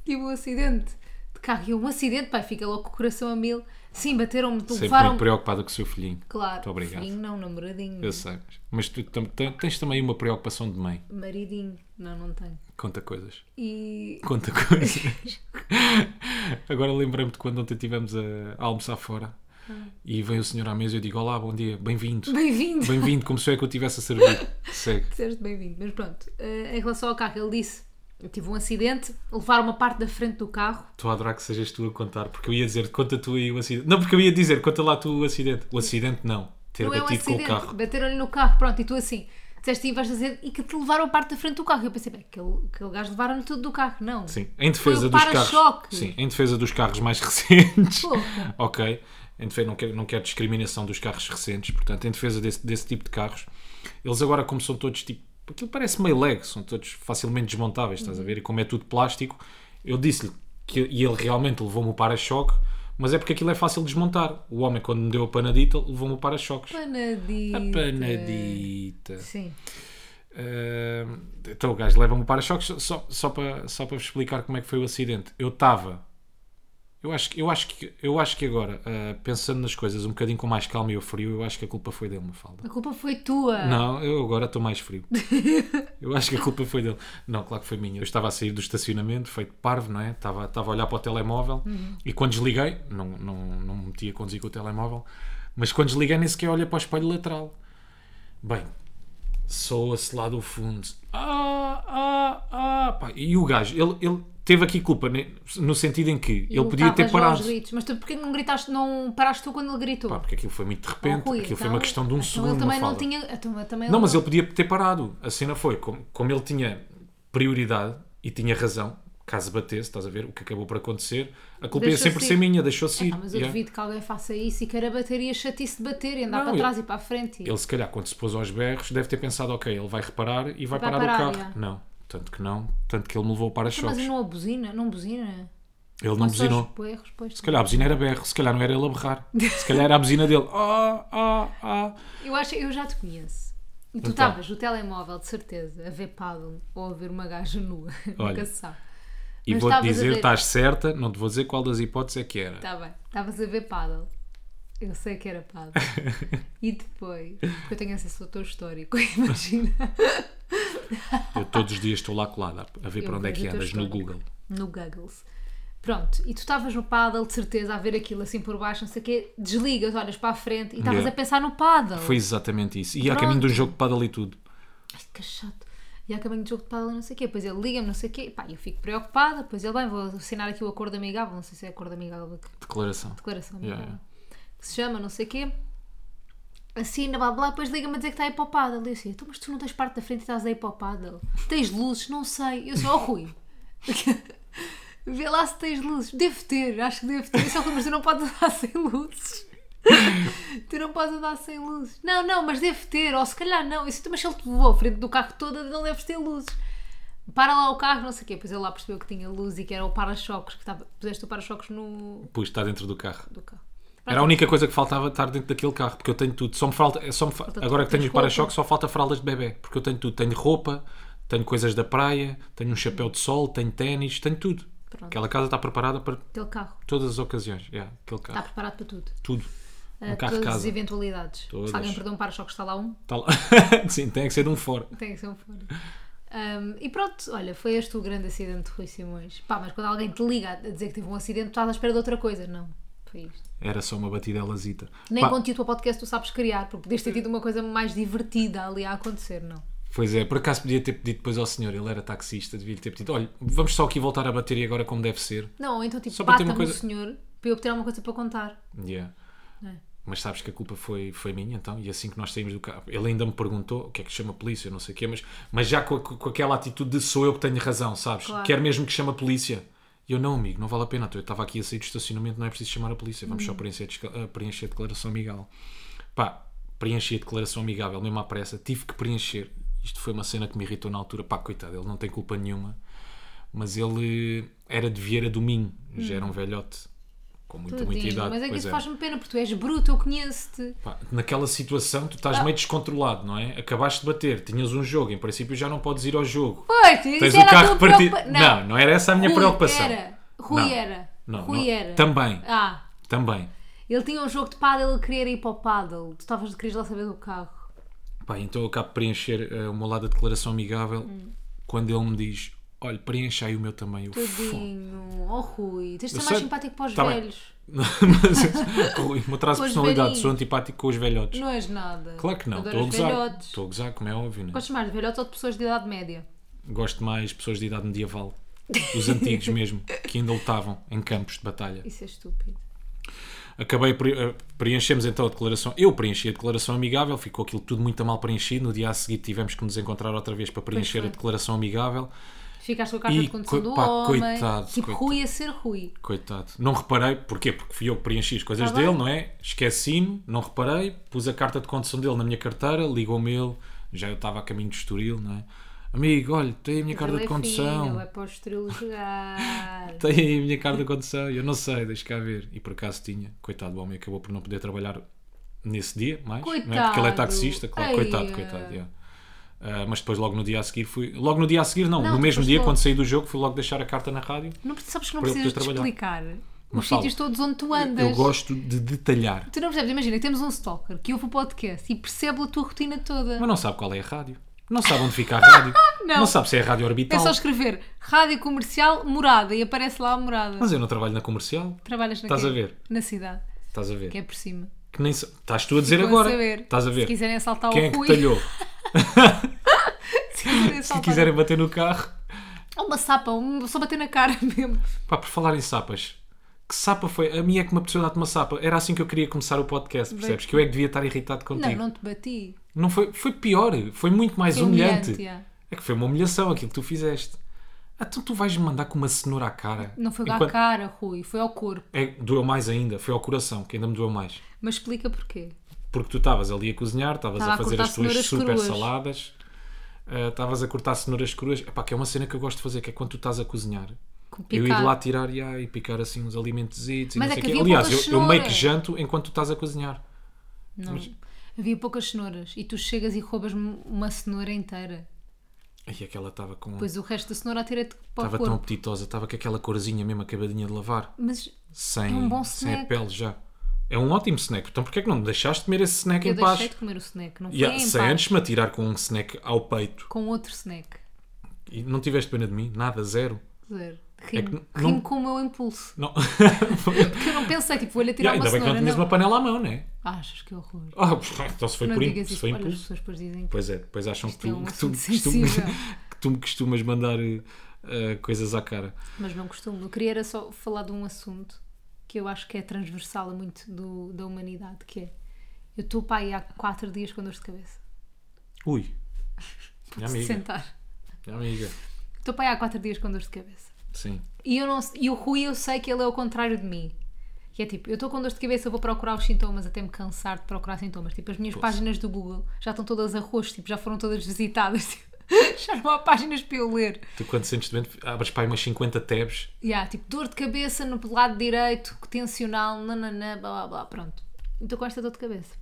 Speaker 1: Tive um acidente de carro. E eu, um acidente, pai, fica logo com o coração a mil. Sim, bateram-me,
Speaker 2: Sempre
Speaker 1: levaram-me.
Speaker 2: muito preocupada com o seu filhinho.
Speaker 1: Claro,
Speaker 2: Muito obrigado.
Speaker 1: filhinho não, namoradinho,
Speaker 2: Eu sei. Mas tu tam- tam- tens também uma preocupação de mãe.
Speaker 1: maridinho. Não, não tenho.
Speaker 2: Conta coisas.
Speaker 1: E
Speaker 2: Conta coisas. Agora lembrei-me de quando ontem estivemos a, a almoçar fora e veio o senhor à mesa e eu digo: Olá, bom dia, bem-vindo.
Speaker 1: Ah. bem-vindo.
Speaker 2: Bem-vindo, como se é que eu tivesse a servir. Segue.
Speaker 1: Disseste bem-vindo. Mas pronto, eh, em relação ao carro, ele disse: Eu tive um acidente, levaram uma parte da frente do carro.
Speaker 2: Estou a adorar que sejas tu a contar, porque eu ia dizer: Conta tu aí o acidente. Não, porque eu ia dizer: Conta lá tu o acidente. O acidente não. Ter
Speaker 1: não é um
Speaker 2: batido com o carro.
Speaker 1: acidente, bateram-lhe no carro, pronto, e tu assim, disseste e vais dizer, e que te levaram a parte da frente do carro. E eu pensei, bem, aquele, aquele gajo levaram-lhe tudo do carro, não.
Speaker 2: Sim, em
Speaker 1: Foi
Speaker 2: defesa
Speaker 1: o
Speaker 2: dos carros.
Speaker 1: para-choque.
Speaker 2: Sim, em defesa dos carros mais recentes.
Speaker 1: Porra.
Speaker 2: ok. Em defesa, não, quero, não quero discriminação dos carros recentes, portanto, em defesa desse, desse tipo de carros. Eles agora, como são todos tipo. Aquilo parece meio leg, são todos facilmente desmontáveis, estás a ver? E como é tudo plástico, Eu disse-lhe que e ele realmente levou-me o para-choque, mas é porque aquilo é fácil de desmontar. O homem, quando me deu a panadita, levou-me o para-choques.
Speaker 1: Panadita.
Speaker 2: A panadita.
Speaker 1: Sim.
Speaker 2: Ah, então o gajo leva-me o para-choques só, só, para, só para vos explicar como é que foi o acidente. Eu estava. Eu acho, que- eu, acho que, eu acho que agora, ah, pensando nas coisas um bocadinho com mais calma e eu frio, eu acho que a culpa foi dele, Mafalda.
Speaker 1: A culpa foi tua.
Speaker 2: Não, eu agora estou mais frio. Eu acho que a culpa foi dele. Não, claro que foi minha. Eu estava a sair do estacionamento, feito parvo, não é? Estava, estava a olhar para o telemóvel
Speaker 1: Uhum.
Speaker 2: e quando desliguei, não, não, não me meti a conduzir com o telemóvel, mas quando desliguei nem sequer olha para o espelho lateral. Bem, soa-se lá do fundo. Ah, ah, ah. pá. E o gajo, ele, ele teve aqui culpa, né? no sentido em que
Speaker 1: E
Speaker 2: ele podia
Speaker 1: levavas
Speaker 2: ter
Speaker 1: lá os
Speaker 2: parado.
Speaker 1: gritos. Mas tu porquê não gritaste, não paraste tu quando ele gritou?
Speaker 2: Pá, porque aquilo foi muito de
Speaker 1: Oh,
Speaker 2: repente,
Speaker 1: Rui,
Speaker 2: aquilo foi
Speaker 1: então-
Speaker 2: uma questão de um
Speaker 1: então
Speaker 2: segundo.
Speaker 1: Ele também não
Speaker 2: Mafalda.
Speaker 1: tinha. então ele também
Speaker 2: Não, mas ele podia ter parado. A cena foi, como, como ele tinha prioridade e tinha razão, caso batesse, estás a ver, o que acabou por acontecer, a culpa ia
Speaker 1: Deixou-se
Speaker 2: sempre
Speaker 1: ir.
Speaker 2: ser minha, deixou-se ir.
Speaker 1: Ah, mas eu
Speaker 2: Yeah.
Speaker 1: duvido que alguém faça isso e queira bater e a chatice de bater e andar
Speaker 2: Não,
Speaker 1: para
Speaker 2: ele-
Speaker 1: trás e para a frente. e-
Speaker 2: Ele, se calhar, quando se pôs aos berros, deve ter pensado, ok, ele vai reparar e vai,
Speaker 1: Vai
Speaker 2: parar,
Speaker 1: parar,
Speaker 2: o carro.
Speaker 1: yeah.
Speaker 2: Não, tanto que não, tanto que ele me levou para
Speaker 1: Então, mas
Speaker 2: choques.
Speaker 1: não a buzina, não buzina.
Speaker 2: Ele não
Speaker 1: Ou só os
Speaker 2: buzinou.
Speaker 1: berros, pois.
Speaker 2: Se calhar a buzina era berro, se calhar não era ele a berrar. Se calhar era a buzina dele. Ah, ah, ah.
Speaker 1: Eu acho, eu já te conheço. E tu
Speaker 2: Então.
Speaker 1: estavas no telemóvel, de certeza, a ver paddle ou a ver uma gaja nua. Nunca
Speaker 2: Olha.
Speaker 1: se sabe.
Speaker 2: E
Speaker 1: Mas estavas
Speaker 2: vou-te
Speaker 1: a Tá.
Speaker 2: dizer,
Speaker 1: ver-
Speaker 2: estás certa, não te vou dizer qual das hipóteses é que era.
Speaker 1: Está bem. Estavas a ver paddle. Eu sei que era paddle. e depois, porque eu tenho acesso ao teu histórico, imagina.
Speaker 2: Eu todos os dias estou lá colada, a ver
Speaker 1: Eu
Speaker 2: para onde é
Speaker 1: vejo
Speaker 2: que
Speaker 1: o teu
Speaker 2: andas no
Speaker 1: histórico.
Speaker 2: Google.
Speaker 1: no Goggles. Pronto, e tu estavas no paddle, de certeza, a ver aquilo assim por baixo, não sei o quê, desligas, olhas para a frente e estavas
Speaker 2: Yeah.
Speaker 1: a pensar no paddle.
Speaker 2: Foi exatamente isso. E a
Speaker 1: Pronto.
Speaker 2: caminho de um jogo de paddle e tudo.
Speaker 1: Ai, que chato. E há caminho de jogo de paddle, não sei o quê, depois ele liga-me, não sei o quê, pá, eu fico preocupada, depois ele, bem, vou assinar aqui o acordo amigável, não sei se é acordo amigável, que
Speaker 2: Declaração.
Speaker 1: declaração
Speaker 2: Yeah,
Speaker 1: amigável, é? que se chama, não sei o quê, assina, blá, blá, depois liga-me a dizer que está aí para o paddle. E eu assim, então, mas tu não tens parte da frente e estás aí para o paddle? Tens luzes? Não sei. Eu sou ao Rui. Vê lá se tens luzes. Devo ter, acho que devo ter. Só que mas tu não podes andar sem luzes. tu não podes andar sem luzes. Não, não, mas devo ter. Ou se calhar não. Eu sinto, mas se ele te levou à frente do carro toda, não deves ter luzes. Para lá o carro, não sei o quê. Pois ele lá percebeu que tinha luz e que era o para-choques. Que estava, puseste o para-choques no...
Speaker 2: Pois está dentro do carro.
Speaker 1: do carro.
Speaker 2: Era a única coisa que faltava estar dentro daquele carro, porque eu tenho tudo. Só me falta, é só me fa-
Speaker 1: Falta-
Speaker 2: agora que tenho
Speaker 1: tens
Speaker 2: os para-choques, só falta fraldas de bebê, porque eu tenho tudo. Tenho roupa, tenho coisas da praia, tenho um chapéu de sol, tenho ténis, tenho tudo.
Speaker 1: Pronto.
Speaker 2: Aquela casa está preparada para
Speaker 1: Aquele carro.
Speaker 2: todas as ocasiões. Yeah, aquele
Speaker 1: Está
Speaker 2: carro.
Speaker 1: preparado para tudo.
Speaker 2: Tudo. Um
Speaker 1: A
Speaker 2: carro
Speaker 1: todas
Speaker 2: de
Speaker 1: as
Speaker 2: casa.
Speaker 1: eventualidades.
Speaker 2: Todas.
Speaker 1: Se alguém perdeu um para-choques, está lá um.
Speaker 2: Está lá. Sim, tem que ser de um fora.
Speaker 1: Tem que ser um fone. Um, e pronto, olha, foi este o grande acidente de Rui Simões. Pá, mas quando alguém te liga a dizer que teve um acidente, tu estás à espera de outra coisa. Não, foi isto.
Speaker 2: Era só uma batidelazita.
Speaker 1: Nem
Speaker 2: Pá, Eh.
Speaker 1: contigo o teu podcast tu sabes criar, porque podias ter tido uma coisa mais divertida ali a acontecer, não?
Speaker 2: Pois é, por acaso podia ter pedido depois ao senhor, ele era taxista, devia lhe ter pedido: olha, vamos só aqui voltar a bater e agora como deve ser.
Speaker 1: Não, ou então tipo,
Speaker 2: Só para ter
Speaker 1: bata-me
Speaker 2: uma
Speaker 1: o
Speaker 2: coisa-
Speaker 1: senhor para eu ter alguma coisa para contar.
Speaker 2: Yeah.
Speaker 1: É.
Speaker 2: Mas sabes que a culpa foi, foi minha, então, e assim que nós saímos do carro, ele ainda me perguntou o que é que chama a polícia, não sei o quê, mas, mas já com, a- com aquela atitude de sou eu que tenho razão, sabes?
Speaker 1: Claro.
Speaker 2: Quer mesmo que chame a polícia. E eu, não, amigo, não vale a pena, eu estava aqui a sair do estacionamento, não é preciso chamar a polícia, vamos só
Speaker 1: Uhum.
Speaker 2: preencher, desca- ah, preencher a declaração amigável. Pá, preenchi a declaração amigável, mesmo à pressa, tive que preencher. Isto foi uma cena que me irritou na altura, pá, coitado, ele não tem culpa nenhuma, mas ele era de Vieira do Minho, já era um velhote. Com muita, muita
Speaker 1: Uhum. Tadinho,
Speaker 2: idade.
Speaker 1: mas é que
Speaker 2: pois
Speaker 1: isso
Speaker 2: é.
Speaker 1: faz-me pena, porque tu és bruto, eu conheço-te.
Speaker 2: Pá, naquela situação, tu
Speaker 1: Ah.
Speaker 2: estás meio descontrolado, não é? Acabaste de bater, tinhas um jogo, em princípio já não podes ir ao jogo.
Speaker 1: Pois,
Speaker 2: Tens
Speaker 1: isso
Speaker 2: o
Speaker 1: era a
Speaker 2: carro
Speaker 1: tua
Speaker 2: partido.
Speaker 1: preocupa-
Speaker 2: Não. não, era essa a minha
Speaker 1: Rui
Speaker 2: preocupação.
Speaker 1: Era. Rui
Speaker 2: Não.
Speaker 1: era.
Speaker 2: Não,
Speaker 1: Rui
Speaker 2: não-
Speaker 1: era.
Speaker 2: Também,
Speaker 1: Ah,
Speaker 2: também.
Speaker 1: ele tinha um jogo de paddle, ele queria ir para o paddle. Tu estavas de querer lá saber do carro.
Speaker 2: Pá, então eu acabo de preencher eh, o meu lado da declaração amigável
Speaker 1: Hum.
Speaker 2: quando ele me diz: olha, preencha aí o meu também. Eu, "Fô".
Speaker 1: Tadinho. Oh, Rui. Tens de
Speaker 2: Eu
Speaker 1: ser mais
Speaker 2: sei-
Speaker 1: simpático para os
Speaker 2: Tá bem.
Speaker 1: velhos.
Speaker 2: Mas, Rui, o meu traço
Speaker 1: Com
Speaker 2: de
Speaker 1: os
Speaker 2: personalidade,
Speaker 1: velhinhos.
Speaker 2: sou antipático com os velhotes.
Speaker 1: Não és nada.
Speaker 2: Claro que não,
Speaker 1: Adoras
Speaker 2: estou a gozar.
Speaker 1: velhotes.
Speaker 2: Estou a gozar, como é óbvio, né?
Speaker 1: Gostas mais de velhotes ou de pessoas de idade média?
Speaker 2: Gosto mais de pessoas de idade medieval. Os antigos mesmo, que ainda lutavam em campos de batalha.
Speaker 1: Isso é estúpido.
Speaker 2: Acabei, pre- eh, preenchemos então a declaração. Eu preenchi a declaração amigável, ficou aquilo tudo muito mal preenchido. No dia a seguir tivemos que nos encontrar outra vez para preencher
Speaker 1: foi.
Speaker 2: a declaração amigável.
Speaker 1: Ficaste com a carta
Speaker 2: E
Speaker 1: de condução
Speaker 2: coi-
Speaker 1: do
Speaker 2: pá,
Speaker 1: homem.
Speaker 2: coitado,
Speaker 1: tipo,
Speaker 2: coitado.
Speaker 1: Rui a ser Rui.
Speaker 2: Coitado, não reparei, porquê? Porque fui eu que preenchi as coisas
Speaker 1: Tá bem.
Speaker 2: dele, não é? Esqueci-me, não reparei, pus a carta de condução dele na minha carteira, ligou-me ele, já eu estava a caminho de Estoril, não é? Amigo, olha, tem a minha carta
Speaker 1: Ele
Speaker 2: de
Speaker 1: é
Speaker 2: condução.
Speaker 1: Fino, é para os estrelas jogar.
Speaker 2: Tem aí a minha carta de condução. E Eu não sei, deixa cá ver. E por acaso tinha. Coitado do homem, acabou por não poder trabalhar nesse dia mais. não é? Porque ele é
Speaker 1: Coitado.
Speaker 2: taxista, claro.
Speaker 1: Ai,
Speaker 2: coitado,
Speaker 1: ah.
Speaker 2: coitado. yeah. Ah, mas depois, logo no dia a seguir, fui. Logo no dia a seguir, não.
Speaker 1: Não,
Speaker 2: no mesmo
Speaker 1: depois
Speaker 2: dia,
Speaker 1: logo.
Speaker 2: quando saí do jogo, fui logo deixar a carta na rádio.
Speaker 1: Não, pre- sabes que não
Speaker 2: Para ele
Speaker 1: precisas de
Speaker 2: poder trabalhar.
Speaker 1: explicar
Speaker 2: Mas
Speaker 1: os
Speaker 2: fala.
Speaker 1: sítios todos onde tu andas.
Speaker 2: Eu gosto de detalhar.
Speaker 1: Tu não percebes, imagina, temos um stalker que ouve o podcast e percebe a tua rotina toda.
Speaker 2: Mas não sabe qual é a rádio. Não sabe onde fica a rádio.
Speaker 1: Não.
Speaker 2: sabe se é a rádio
Speaker 1: É
Speaker 2: orbital.
Speaker 1: só escrever rádio comercial morada e aparece lá a morada.
Speaker 2: Mas eu não trabalho na comercial.
Speaker 1: Trabalhas na
Speaker 2: Estás
Speaker 1: quê?
Speaker 2: a ver?
Speaker 1: Na cidade,
Speaker 2: Estás a ver?
Speaker 1: que é por cima.
Speaker 2: Que nem sa- Estás tu a dizer
Speaker 1: Vão
Speaker 2: agora.
Speaker 1: saber.
Speaker 2: Estás a ver?
Speaker 1: Se quiserem assaltar
Speaker 2: Quem
Speaker 1: o
Speaker 2: é que
Speaker 1: Rui.
Speaker 2: talhou?
Speaker 1: se quiserem
Speaker 2: Se
Speaker 1: assaltar
Speaker 2: quiserem bater no carro.
Speaker 1: Há uma sapa, um- só bater na cara mesmo.
Speaker 2: Pá, por falar em sapas, que sapa foi? A minha é que me apeteceu dar-te uma sapa. Era assim que eu queria começar o podcast, percebes? Que eu é que devia estar irritado
Speaker 1: Não,
Speaker 2: contigo. Não,
Speaker 1: não te bati.
Speaker 2: foi, foi pior, foi muito mais
Speaker 1: Foi
Speaker 2: humilhante.
Speaker 1: humilhante, yeah.
Speaker 2: É que foi uma humilhação aquilo que tu fizeste. Ah, Então tu vais-me mandar com uma cenoura à cara.
Speaker 1: Não foi à
Speaker 2: Enquanto-
Speaker 1: cara, Rui, foi ao corpo.
Speaker 2: É, doeu mais ainda, foi ao coração, que ainda me doeu mais.
Speaker 1: Mas explica porquê.
Speaker 2: Porque tu estavas ali a cozinhar, estavas
Speaker 1: Estava
Speaker 2: a
Speaker 1: a
Speaker 2: fazer
Speaker 1: cortar
Speaker 2: as tuas
Speaker 1: cenouras
Speaker 2: super
Speaker 1: cruas.
Speaker 2: saladas, ah, estavas a cortar cenouras cruas. Epá, que é uma cena que eu gosto de fazer, que é quando tu estás a cozinhar.
Speaker 1: Com
Speaker 2: Eu ir
Speaker 1: picado.
Speaker 2: lá tirar ia, e picar assim uns alimentos e
Speaker 1: Mas
Speaker 2: não
Speaker 1: é
Speaker 2: sei
Speaker 1: que
Speaker 2: quê.
Speaker 1: havia
Speaker 2: Aliás,
Speaker 1: pouca
Speaker 2: eu, eu meio
Speaker 1: cenoura.
Speaker 2: que janto enquanto tu estás a cozinhar.
Speaker 1: Não. Havia poucas cenouras e tu chegas e roubas-me uma cenoura inteira.
Speaker 2: E aquela estava com.
Speaker 1: Pois o resto da cenoura atira-te para
Speaker 2: Estava
Speaker 1: o corpo.
Speaker 2: tão apetitosa, estava com aquela corzinha mesmo acabadinha de lavar,
Speaker 1: Mas
Speaker 2: sem,
Speaker 1: É um bom
Speaker 2: sem a
Speaker 1: snack.
Speaker 2: pele já. É um ótimo snack. Então porquê é que não me deixaste comer esse snack
Speaker 1: eu
Speaker 2: em paz?
Speaker 1: deixei de comer o snack, não foi
Speaker 2: Yeah,
Speaker 1: em
Speaker 2: sem
Speaker 1: paz.
Speaker 2: antes me atirar com um snack ao peito.
Speaker 1: Com outro snack.
Speaker 2: E não tiveste pena de mim? Nada, zero.
Speaker 1: Quer dizer, Rimo,
Speaker 2: É que não-
Speaker 1: rimo com o meu impulso.
Speaker 2: Não.
Speaker 1: Porque eu não pensei, tipo, vou-lhe tirar
Speaker 2: Yeah,
Speaker 1: uma
Speaker 2: ainda bem que
Speaker 1: cenoura.
Speaker 2: não tinhas
Speaker 1: não.
Speaker 2: uma panela à mão, né?
Speaker 1: Achas que horror.
Speaker 2: Ah, então se foi
Speaker 1: não
Speaker 2: por
Speaker 1: digas
Speaker 2: impulso. se
Speaker 1: isso.
Speaker 2: foi
Speaker 1: Olha, as
Speaker 2: impulso.
Speaker 1: pessoas depois dizem que
Speaker 2: Pois é, depois acham que
Speaker 1: é
Speaker 2: tu,
Speaker 1: um
Speaker 2: que, tu,
Speaker 1: assunto
Speaker 2: que tu me-
Speaker 1: sensível.
Speaker 2: que tu me costumas mandar eh, eh, coisas à cara.
Speaker 1: Mas não costumo. Eu queria era só falar de um assunto que eu acho que é transversal a muito do- da humanidade, que é eu estou para aí há quatro dias com dor de cabeça.
Speaker 2: Ui, minha
Speaker 1: Posso
Speaker 2: amiga.
Speaker 1: sentar.
Speaker 2: Minha amiga.
Speaker 1: Estou para aí há quatro dias com dor de cabeça.
Speaker 2: Sim.
Speaker 1: E, eu não, e o Rui eu sei que ele é o contrário de mim. Que é tipo, eu estou com dor de cabeça, eu vou procurar os sintomas até me cansar de procurar sintomas. Tipo, as minhas páginas do Google já estão todas a rosto, tipo, já foram todas visitadas. tipo, já não há páginas para eu ler.
Speaker 2: Tu quando sentes doente, abres para aí umas 50 tabs.
Speaker 1: E há, tipo, dor de cabeça no lado direito, tensional, nananã, blá blá blá, pronto. Estou com esta dor de cabeça.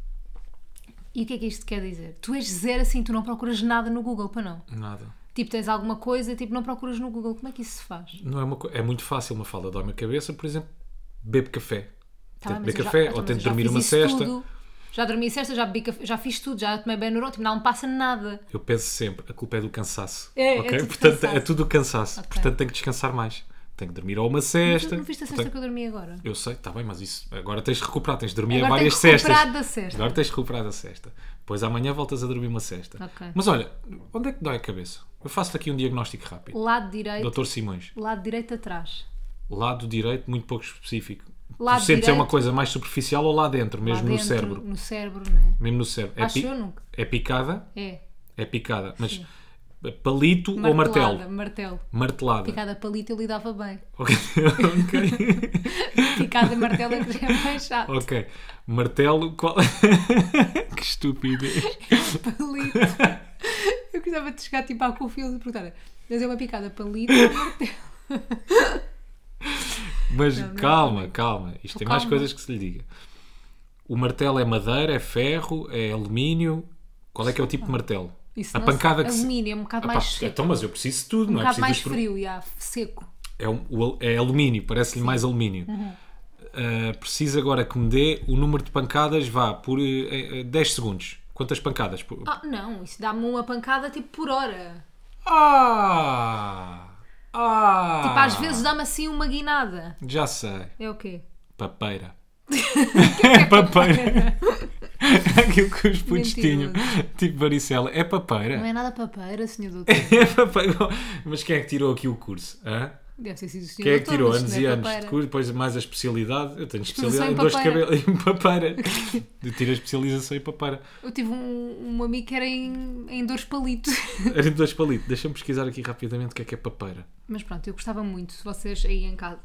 Speaker 1: E o que é que isto quer dizer? Tu és zero assim, tu não procuras nada no Google, para não.
Speaker 2: Nada.
Speaker 1: Tipo, tens alguma coisa, tipo, não procuras no Google. Como é que isso se faz?
Speaker 2: Não é, uma co- é muito fácil uma fala. Dói-me a cabeça, por exemplo, bebo café.
Speaker 1: Tá bem, mas
Speaker 2: tento beber
Speaker 1: eu já-
Speaker 2: café
Speaker 1: então,
Speaker 2: ou
Speaker 1: mas
Speaker 2: tento
Speaker 1: eu já
Speaker 2: dormir
Speaker 1: fiz
Speaker 2: uma
Speaker 1: isso
Speaker 2: cesta.
Speaker 1: tudo. Já dormi cesta, já, bebi café, já fiz tudo, já tomei bem neurônio, tipo, não me passa nada.
Speaker 2: Eu penso sempre, a culpa é do cansaço.
Speaker 1: É, é
Speaker 2: ok?
Speaker 1: tudo
Speaker 2: Portanto,
Speaker 1: cansaço.
Speaker 2: é tudo cansaço.
Speaker 1: Ok.
Speaker 2: Portanto, tenho que descansar mais. Tenho que dormir ou uma
Speaker 1: Mas
Speaker 2: cesta.
Speaker 1: tu não viste a cesta
Speaker 2: Portanto,
Speaker 1: que eu dormi agora?
Speaker 2: Eu sei, está bem, mas isso agora tens de recuperar, tens de dormir
Speaker 1: Agora
Speaker 2: várias
Speaker 1: tenho que
Speaker 2: cestas.
Speaker 1: recuperar da cesta.
Speaker 2: Agora tens de recuperar da cesta. Pois amanhã voltas a dormir uma cesta.
Speaker 1: Ok.
Speaker 2: Mas olha, onde é que dói a cabeça? Eu faço-te aqui um diagnóstico rápido.
Speaker 1: Lado direito,
Speaker 2: Doutor Simões,
Speaker 1: lado direito atrás.
Speaker 2: lado direito, muito pouco específico.
Speaker 1: Lado
Speaker 2: tu sentes é uma
Speaker 1: direito.
Speaker 2: coisa mais superficial ou lá dentro,
Speaker 1: Lá
Speaker 2: mesmo
Speaker 1: dentro,
Speaker 2: no cérebro?
Speaker 1: No cérebro, né?
Speaker 2: Mesmo no cérebro. É,
Speaker 1: Acho eu nunca.
Speaker 2: é picada?
Speaker 1: É.
Speaker 2: É picada. Mas palito ou
Speaker 1: Martelada,
Speaker 2: martelo?
Speaker 1: Martelo.
Speaker 2: Martelada.
Speaker 1: Picada palito eu lidava bem.
Speaker 2: Ok. ok.
Speaker 1: Picada martelo é que é mais chato.
Speaker 2: Ok. Martelo, qual. que estupidez.
Speaker 1: Palito. Eu gostava de chegar tipo à confusão e perguntar: mas é uma picada palito ou martelo?
Speaker 2: Mas
Speaker 1: não Então
Speaker 2: calma, calma. Isto tem mais
Speaker 1: calma.
Speaker 2: coisas que se lhe diga. O martelo é madeira, é ferro, é alumínio. Qual é que é o tipo de martelo?
Speaker 1: Isso
Speaker 2: a
Speaker 1: não
Speaker 2: pancada
Speaker 1: se...
Speaker 2: que se...
Speaker 1: Alumínio é um bocado
Speaker 2: Ah, pá,
Speaker 1: mais seco.
Speaker 2: então, mas eu preciso de tudo,
Speaker 1: Um
Speaker 2: não é
Speaker 1: bocado
Speaker 2: preciso
Speaker 1: mais
Speaker 2: dos pro-
Speaker 1: frio, já, seco.
Speaker 2: É, um- o al- é alumínio, parece-lhe mais alumínio.
Speaker 1: Uhum.
Speaker 2: Ah, preciso agora que me dê o número de pancadas, vá, por eh, eh, 10 segundos. Quantas pancadas? Por-
Speaker 1: Ah, não, isso dá-me uma pancada tipo por hora.
Speaker 2: Ah! Ah!
Speaker 1: Tipo, às vezes dá-me assim uma guinada.
Speaker 2: Já sei.
Speaker 1: É o quê?
Speaker 2: Papeira. é papeira. Aquilo que os putos tinham.
Speaker 1: Mentiroso.
Speaker 2: Tipo varicela. É
Speaker 1: Não
Speaker 2: papeira.
Speaker 1: é nada papeira, senhor doutor.
Speaker 2: É papeira. Mas quem é que tirou aqui o curso? hã?
Speaker 1: Deve ter sido o senhor
Speaker 2: Quem é que
Speaker 1: doutor.
Speaker 2: tirou
Speaker 1: mas
Speaker 2: anos
Speaker 1: isto
Speaker 2: e
Speaker 1: não é
Speaker 2: anos de
Speaker 1: papeira.
Speaker 2: curso? Depois mais a especialidade. Eu tenho
Speaker 1: Especialização
Speaker 2: especialidade em
Speaker 1: em
Speaker 2: dois
Speaker 1: papeira.
Speaker 2: cabelos. Em papeira. Eu tiro a especialização em papeira.
Speaker 1: Eu tive um, um amigo que era em, em dores palitos.
Speaker 2: Era em dois palitos. Deixa-me pesquisar aqui rapidamente o que é que é papeira.
Speaker 1: Mas pronto, eu gostava muito, se vocês aí em casa,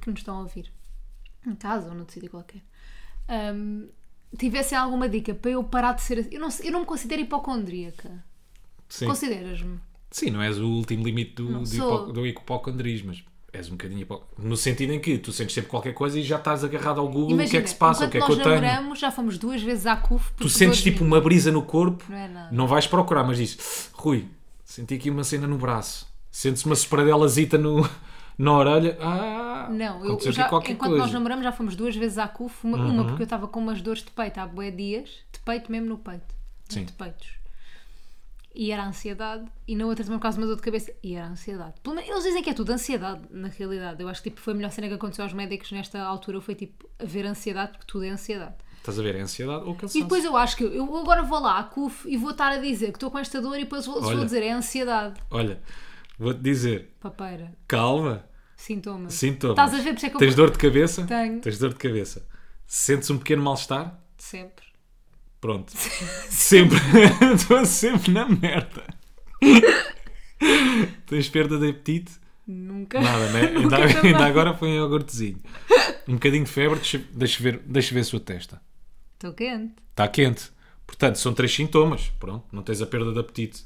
Speaker 1: que nos estão a ouvir, em casa ou noutro sítio qualquer, hum, tivessem alguma dica para eu parar de ser assim. Eu não, sei- eu não me considero hipocondríaca.
Speaker 2: Sim.
Speaker 1: Consideras-me?
Speaker 2: Sim, não és o último limite do, do,
Speaker 1: sou.
Speaker 2: hipo, do hipocondrismo, mas és um bocadinho hipo... No sentido em que tu sentes sempre qualquer coisa e já estás agarrado ao Google, o que é que se passa, o
Speaker 1: enquanto
Speaker 2: que é que eu
Speaker 1: nós
Speaker 2: tenho.
Speaker 1: namoramos, já fomos duas vezes à CUF.
Speaker 2: Tu sentes tipo uma brisa no corpo,
Speaker 1: Não é nada.
Speaker 2: não vais procurar, mas dizes, Rui, senti aqui uma cena no braço, sentes uma superdelazita no, na orelha, ah,
Speaker 1: Não, eu
Speaker 2: aconteceu aqui
Speaker 1: já,
Speaker 2: qualquer
Speaker 1: enquanto
Speaker 2: coisa. Uhum.
Speaker 1: nós namoramos já fomos duas vezes à CUF, uma, uma porque eu estava com umas dores de peito há bué dias, de peito mesmo no peito,
Speaker 2: Sim.
Speaker 1: de peitos. E era ansiedade, e na outra também por causa de uma dor de cabeça, e era ansiedade. Pelo menos, eles dizem que é tudo ansiedade, na realidade. Eu acho que tipo, foi a melhor cena que aconteceu aos médicos nesta altura, foi tipo, haver ansiedade, porque tudo é ansiedade.
Speaker 2: Estás a ver, é ansiedade ou cansaço.
Speaker 1: E depois eu acho que eu- eu agora vou lá à CUF e vou estar a dizer que estou com esta dor e depois vou, vou
Speaker 2: Olha.
Speaker 1: dizer é ansiedade.
Speaker 2: Olha, vou-te dizer,
Speaker 1: Papeira,
Speaker 2: calma,
Speaker 1: sintomas.
Speaker 2: sintomas.
Speaker 1: Estás a ver, por isso é que eu-
Speaker 2: Tens dor de cabeça?
Speaker 1: Tenho.
Speaker 2: Tens dor de cabeça. Sentes um pequeno mal-estar?
Speaker 1: Sempre.
Speaker 2: Pronto. sempre. Estou sempre na merda. Tens perda de apetite?
Speaker 1: Nunca.
Speaker 2: Nada, né? ainda,
Speaker 1: Nunca também.
Speaker 2: ainda agora foi um iogurtezinho. Um bocadinho de febre, deixa, deixa ver, deixa ver a sua testa.
Speaker 1: Estou quente.
Speaker 2: Está quente. Portanto, são três sintomas. Pronto, não tens a perda de apetite.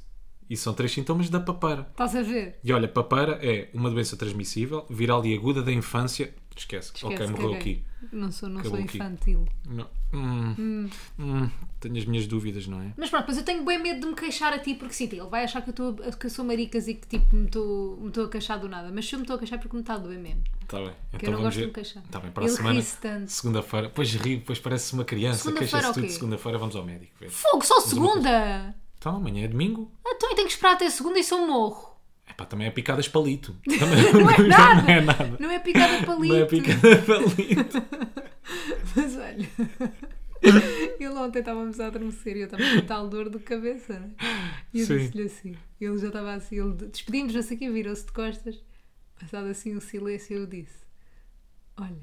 Speaker 2: E são três sintomas da papeira.
Speaker 1: Estás a ver?
Speaker 2: E olha, papeira é uma doença transmissível, viral e aguda da infância. Esquece. ok,
Speaker 1: Esquece,
Speaker 2: morreu
Speaker 1: caguei.
Speaker 2: aqui.
Speaker 1: Não sou, não sou
Speaker 2: Acabou aqui.
Speaker 1: infantil.
Speaker 2: Não. Hum. Hum. Tenho as minhas dúvidas, não é?
Speaker 1: Mas pronto, mas eu tenho bem medo de me queixar a ti, porque sim, ele vai achar que eu, tô, que eu sou maricas e que tipo me estou me tô a queixar do nada. Mas se eu me estou a queixar é porque me está a doer mesmo.
Speaker 2: Está bem. Então
Speaker 1: eu não
Speaker 2: vamos
Speaker 1: gosto de
Speaker 2: ver.
Speaker 1: me queixar.
Speaker 2: Está bem, para
Speaker 1: Ele
Speaker 2: a semana.
Speaker 1: ri-se tanto.
Speaker 2: Segunda-feira. Pois ri, depois parece uma criança.
Speaker 1: Segunda-feira
Speaker 2: Queixa-se
Speaker 1: o
Speaker 2: tudo.
Speaker 1: quê?
Speaker 2: Segunda-feira vamos ao médico. ver.
Speaker 1: Fogo, só segunda!
Speaker 2: Então amanhã é domingo.
Speaker 1: Então eu tenho que esperar até segunda e sou morro.
Speaker 2: Epá, também é picadas palito. Também não, é
Speaker 1: nada.
Speaker 2: não é nada.
Speaker 1: Não é picada palito.
Speaker 2: Não é picada palito.
Speaker 1: Mas olha. Ele ontem estávamos a adormecer e eu estava com tal dor de cabeça, né? E eu
Speaker 2: Sim.
Speaker 1: disse-lhe assim. Ele já estava assim, ele despedimos-nos assim e virou-se de costas. Passado assim um silêncio, eu disse: Olha,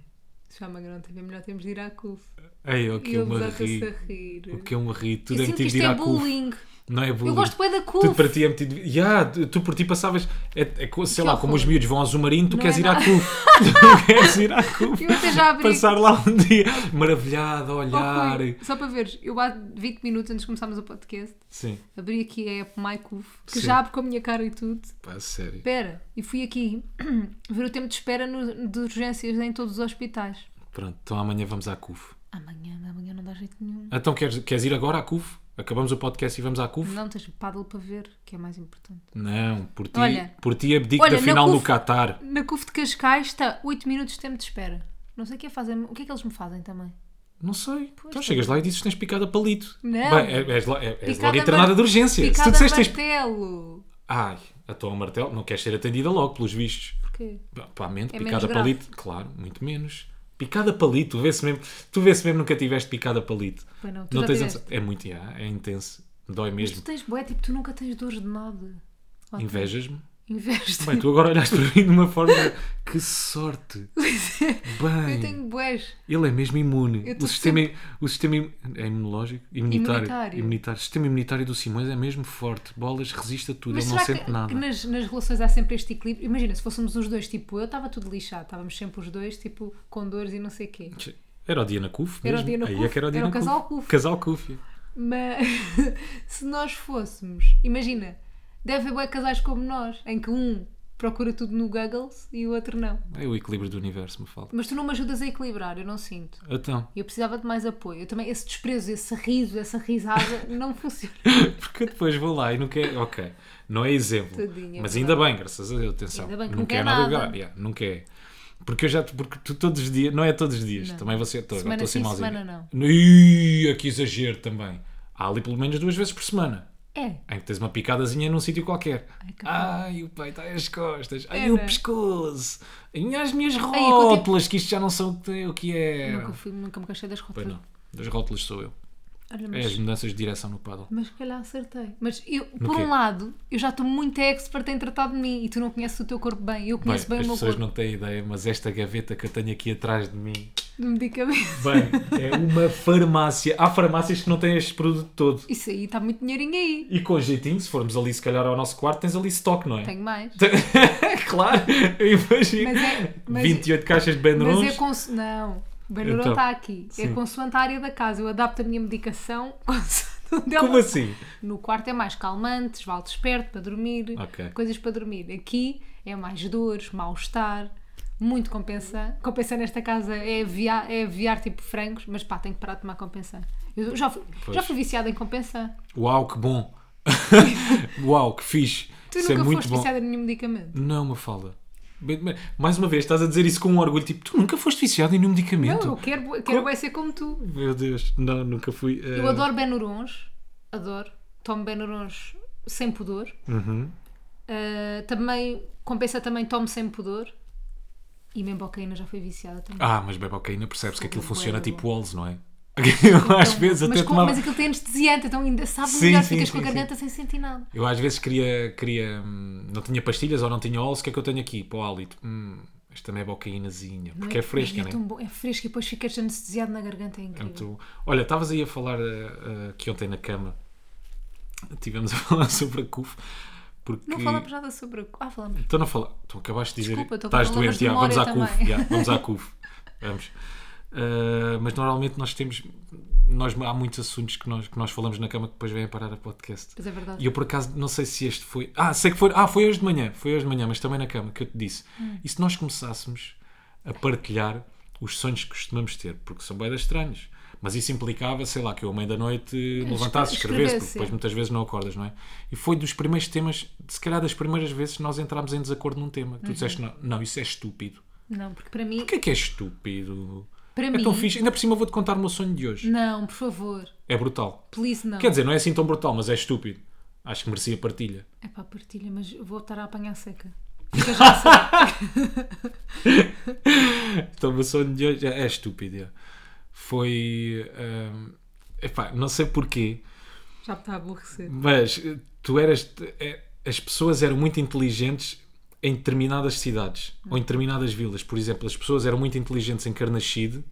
Speaker 1: se a Magrão também melhor temos de ir à CUF.
Speaker 2: Ei, o
Speaker 1: E
Speaker 2: que eu
Speaker 1: ele
Speaker 2: me
Speaker 1: desata-se a
Speaker 2: ri.
Speaker 1: rir.
Speaker 2: O que eu me ri.
Speaker 1: Eu
Speaker 2: Tudo é
Speaker 1: sinto que
Speaker 2: metido de
Speaker 1: isto
Speaker 2: ir
Speaker 1: é
Speaker 2: à CUF.
Speaker 1: bullying.
Speaker 2: Não é bullying.
Speaker 1: Eu gosto bem da
Speaker 2: Tudo para
Speaker 1: CUF.
Speaker 2: ti é metido. Ya, tu- tu por ti passavas. É, é co- sei
Speaker 1: Que
Speaker 2: lá, como
Speaker 1: horror.
Speaker 2: os miúdos vão ao Zumarino, tu
Speaker 1: Não
Speaker 2: queres
Speaker 1: é
Speaker 2: ir à
Speaker 1: nada.
Speaker 2: CUF. tu queres ir à CUF.
Speaker 1: Eu até já abri.
Speaker 2: Passar lá um dia maravilhado, a
Speaker 1: Oh, Rui,
Speaker 2: olhar.
Speaker 1: só para veres, eu há 20 minutos antes de começarmos o podcast,
Speaker 2: Sim,
Speaker 1: abri aqui a app MyCUF, que
Speaker 2: Sim.
Speaker 1: já abre com a minha cara e tudo.
Speaker 2: pá, sério.
Speaker 1: espera. E fui aqui ver o tempo de espera no- de urgências em todos os hospitais.
Speaker 2: Pronto, então amanhã vamos à CUF.
Speaker 1: Amanhã, amanhã não dá jeito nenhum.
Speaker 2: Então queres, queres ir agora à CUF? Acabamos o podcast e vamos à CUF?
Speaker 1: Não tens paddle para ver, que é mais importante.
Speaker 2: Não, por ti,
Speaker 1: Olha.
Speaker 2: por ti abdico
Speaker 1: Olha,
Speaker 2: da
Speaker 1: na
Speaker 2: final
Speaker 1: CUF
Speaker 2: no Qatar.
Speaker 1: Na CUF de Cascais está 8 minutos de tempo de espera. Não sei o que é fazem, o que é que eles me fazem também.
Speaker 2: Não sei. então
Speaker 1: tá
Speaker 2: chegas lá e dizes que tens picada palito.
Speaker 1: Não.
Speaker 2: Bem, é- és, lo- é- és
Speaker 1: Picada
Speaker 2: logo internada
Speaker 1: mar-
Speaker 2: de urgência. Se tu
Speaker 1: Picada
Speaker 2: disseste que tens...
Speaker 1: martelo.
Speaker 2: Ai, a tua martelo não queres ser atendida logo, pelos vistos.
Speaker 1: Porquê?
Speaker 2: Pá, Pá, mente,
Speaker 1: É
Speaker 2: picada
Speaker 1: menos grave.
Speaker 2: palito. Claro, muito menos. Picada palito, tu vê-se mesmo, tu vê-se mesmo nunca tiveste picada palito.
Speaker 1: Pois não, tu já
Speaker 2: tens
Speaker 1: tiveste.
Speaker 2: ansi- É muito, já, é intenso.
Speaker 1: Mas
Speaker 2: Dói
Speaker 1: tu
Speaker 2: mesmo.
Speaker 1: tens boé, tipo, tu nunca tens dores de nada. Ou tu-
Speaker 2: Invejas-me?
Speaker 1: Invejas.
Speaker 2: Bem, tu agora olhaste para mim de uma forma. Que sorte!
Speaker 1: Pois é.
Speaker 2: Bem,
Speaker 1: Eu tenho boés.
Speaker 2: ele é mesmo imune.
Speaker 1: Eu tô
Speaker 2: O sistema, o sistema im- é imunológico, imunitário,
Speaker 1: Imunitário.
Speaker 2: imunitário. O sistema imunitário do Simões é mesmo forte. Bolas, resiste a tudo,
Speaker 1: Mas
Speaker 2: ele não
Speaker 1: será
Speaker 2: sente
Speaker 1: que,
Speaker 2: nada.
Speaker 1: que nas, nas relações há sempre este equilíbrio? Imagina, se fôssemos os dois, tipo eu, estava tudo lixado, estávamos sempre os dois, tipo, com dores e não sei o quê.
Speaker 2: Era o dia na CUF
Speaker 1: Era o
Speaker 2: mesmo.
Speaker 1: dia na
Speaker 2: Aí é
Speaker 1: CUF,
Speaker 2: que era o dia
Speaker 1: era o
Speaker 2: na
Speaker 1: casal
Speaker 2: CUF.
Speaker 1: CUF.
Speaker 2: Casal CUF.
Speaker 1: Mas se nós fôssemos, imagina, deve haver bué casais como nós, em que um procura tudo no Googles e o outro não.
Speaker 2: É o equilíbrio do universo, me falta.
Speaker 1: Mas tu não me ajudas a equilibrar, eu não sinto.
Speaker 2: Então,
Speaker 1: Eu precisava de mais apoio. Eu também, esse desprezo, esse riso, essa risada não funciona.
Speaker 2: porque eu depois vou lá e não quer. Ok, não é exemplo.
Speaker 1: Tadinha,
Speaker 2: mas
Speaker 1: é
Speaker 2: ainda bem, graças a Deus, atenção.
Speaker 1: Ainda bem que
Speaker 2: não
Speaker 1: não
Speaker 2: quer
Speaker 1: quer
Speaker 2: nada,
Speaker 1: nada.
Speaker 2: grave, yeah, não quer. Porque eu já, porque tu todos os dias, não é todos os dias, também você estou agora,
Speaker 1: Semana
Speaker 2: estou assim
Speaker 1: sim,
Speaker 2: malzinho.
Speaker 1: semana
Speaker 2: Ih, aqui exagero também. Há ali pelo menos duas vezes por semana.
Speaker 1: É.
Speaker 2: Em que tens uma picadazinha num sítio qualquer.
Speaker 1: Ai, que
Speaker 2: Ai, o pai está às costas. Ai,
Speaker 1: É,
Speaker 2: o
Speaker 1: né?
Speaker 2: pescoço. Ai, as minhas
Speaker 1: eu continuo-
Speaker 2: rótulas, que isto já não são o que- o que é.
Speaker 1: Nunca, fui, nunca me queixei das roupas.
Speaker 2: Pois não. Das rótulas sou eu.
Speaker 1: Olha,
Speaker 2: É
Speaker 1: mas-
Speaker 2: as mudanças de direção no paddle.
Speaker 1: Mas se calhar acertei. Mas eu, por
Speaker 2: quê?
Speaker 1: um lado, eu já estou muito expert em tratar de mim e tu não conheces o teu corpo bem. Eu
Speaker 2: Bem,
Speaker 1: conheço bem,
Speaker 2: as
Speaker 1: o meu
Speaker 2: pessoas
Speaker 1: corpo
Speaker 2: não têm ideia, mas esta gaveta que eu tenho aqui atrás de mim.
Speaker 1: de medicamento.
Speaker 2: Bem, é uma farmácia. Há farmácias que não têm este produto todo.
Speaker 1: Isso aí está muito dinheirinho aí.
Speaker 2: E com jeitinho, se formos ali, se calhar, ao nosso quarto, tens ali stock, não é?
Speaker 1: Tenho mais.
Speaker 2: claro, eu imagino.
Speaker 1: Mas é- mas-
Speaker 2: 28 caixas de Benrons.
Speaker 1: Mas é conso... Não, o Benurão
Speaker 2: Então,
Speaker 1: está aqui. É
Speaker 2: sim.
Speaker 1: consoante a área da casa. Eu adapto a minha medicação consoante. onde ela-
Speaker 2: Como assim?
Speaker 1: No quarto é mais calmante, esvaldo esperto para dormir,
Speaker 2: Ok.
Speaker 1: coisas para dormir. Aqui é mais dores, mal-estar, muito compensa. Compensa nesta casa é aviar, é aviar tipo frangos, mas pá, tenho que parar de tomar compensa. Eu já fui,
Speaker 2: Pois.
Speaker 1: já fui viciada em compensa.
Speaker 2: Uau, que bom! Uau, que fixe!
Speaker 1: Tu
Speaker 2: Isso
Speaker 1: nunca
Speaker 2: é muito
Speaker 1: foste
Speaker 2: bom.
Speaker 1: viciada em nenhum medicamento?
Speaker 2: Não, Mafalda. Bem, bem, Mais uma vez, estás a dizer isso com um orgulho, tipo, tu nunca foste viciado em nenhum medicamento.
Speaker 1: Não, eu quero, eu quero bué ser como tu.
Speaker 2: Meu Deus, não, nunca fui. eh,
Speaker 1: Eu adoro Benurons, adoro. Tomo Benurons sem pudor.
Speaker 2: uhum.
Speaker 1: Ah, também, compensa também tomo sem pudor. E mesmo cocaína já fui viciada também.
Speaker 2: Ah, mas bebe cocaína, percebes que aquilo
Speaker 1: Bué
Speaker 2: funciona
Speaker 1: da
Speaker 2: tipo
Speaker 1: bom.
Speaker 2: walls, não é? Eu às
Speaker 1: Então,
Speaker 2: vezes
Speaker 1: mas,
Speaker 2: até
Speaker 1: com-
Speaker 2: tomava.
Speaker 1: mas aquilo tem anestesiante, então ainda sabe
Speaker 2: Sim,
Speaker 1: melhor,
Speaker 2: sim,
Speaker 1: ficas com a
Speaker 2: sim, sim.
Speaker 1: garganta sem sentir nada.
Speaker 2: Eu às vezes queria, queria. hum, Não tinha pastilhas ou não tinha olos, o que é que eu tenho aqui? Para o hálito. Hum, esta também é bocaínazinha. Porque é fresca,
Speaker 1: é,
Speaker 2: né?
Speaker 1: tão bom, é fresca e depois ficas anestesiado na garganta, é
Speaker 2: É
Speaker 1: incrível.
Speaker 2: muito bom. Olha, estavas aí a falar eh, eh, que ontem na cama tivemos a falar sobre a CUF. Porque...
Speaker 1: Não falamos nada sobre. o- Ah, falamos.
Speaker 2: Então não fala. Tu acabaste de dizer.
Speaker 1: Desculpa, estou com
Speaker 2: estás
Speaker 1: problemas
Speaker 2: doente,
Speaker 1: de
Speaker 2: já, vamos à
Speaker 1: memória
Speaker 2: CUF.
Speaker 1: também.
Speaker 2: já, vamos à CUF. Vamos. Ah, mas normalmente nós temos. Nós, há muitos assuntos que nós, que nós falamos na cama que depois vêm a parar a podcast.
Speaker 1: Pois é verdade.
Speaker 2: E eu por acaso não sei se este foi. Ah, sei que foi. Ah, foi hoje de manhã. Foi hoje de manhã, mas também na cama que eu te disse.
Speaker 1: Hum.
Speaker 2: E se nós começássemos a partilhar os sonhos que costumamos ter, porque são bem estranhos. Mas isso implicava, sei lá, que eu à meia da noite me levantasse, escrevesse, porque
Speaker 1: escrevesse,
Speaker 2: depois
Speaker 1: é.
Speaker 2: muitas vezes não acordas, não é? E foi dos primeiros temas, se calhar das primeiras vezes que nós entrámos em desacordo num tema.
Speaker 1: Uhum.
Speaker 2: Tu disseste, não, não, isso é estúpido.
Speaker 1: Não, porque para mim.
Speaker 2: O que é que é estúpido?
Speaker 1: Para
Speaker 2: é
Speaker 1: mim-
Speaker 2: tão fixe. Ainda por cima vou-te contar o meu sonho de hoje.
Speaker 1: Não, por favor.
Speaker 2: É brutal.
Speaker 1: Please, não.
Speaker 2: Quer dizer, não é assim tão brutal, mas é estúpido. Acho que merecia partilha.
Speaker 1: É pá, partilha, mas eu vou estar a apanhar seca. Fica já a saber.
Speaker 2: Então, o sonho de hoje é, é estúpido. é. Foi. hum, epá, não sei porquê,
Speaker 1: já me está a aborrecer.
Speaker 2: mas eh, tu eras. eh, As pessoas eram muito inteligentes em determinadas cidades ou em determinadas vilas. Por exemplo, as pessoas eram muito inteligentes em Carnaxide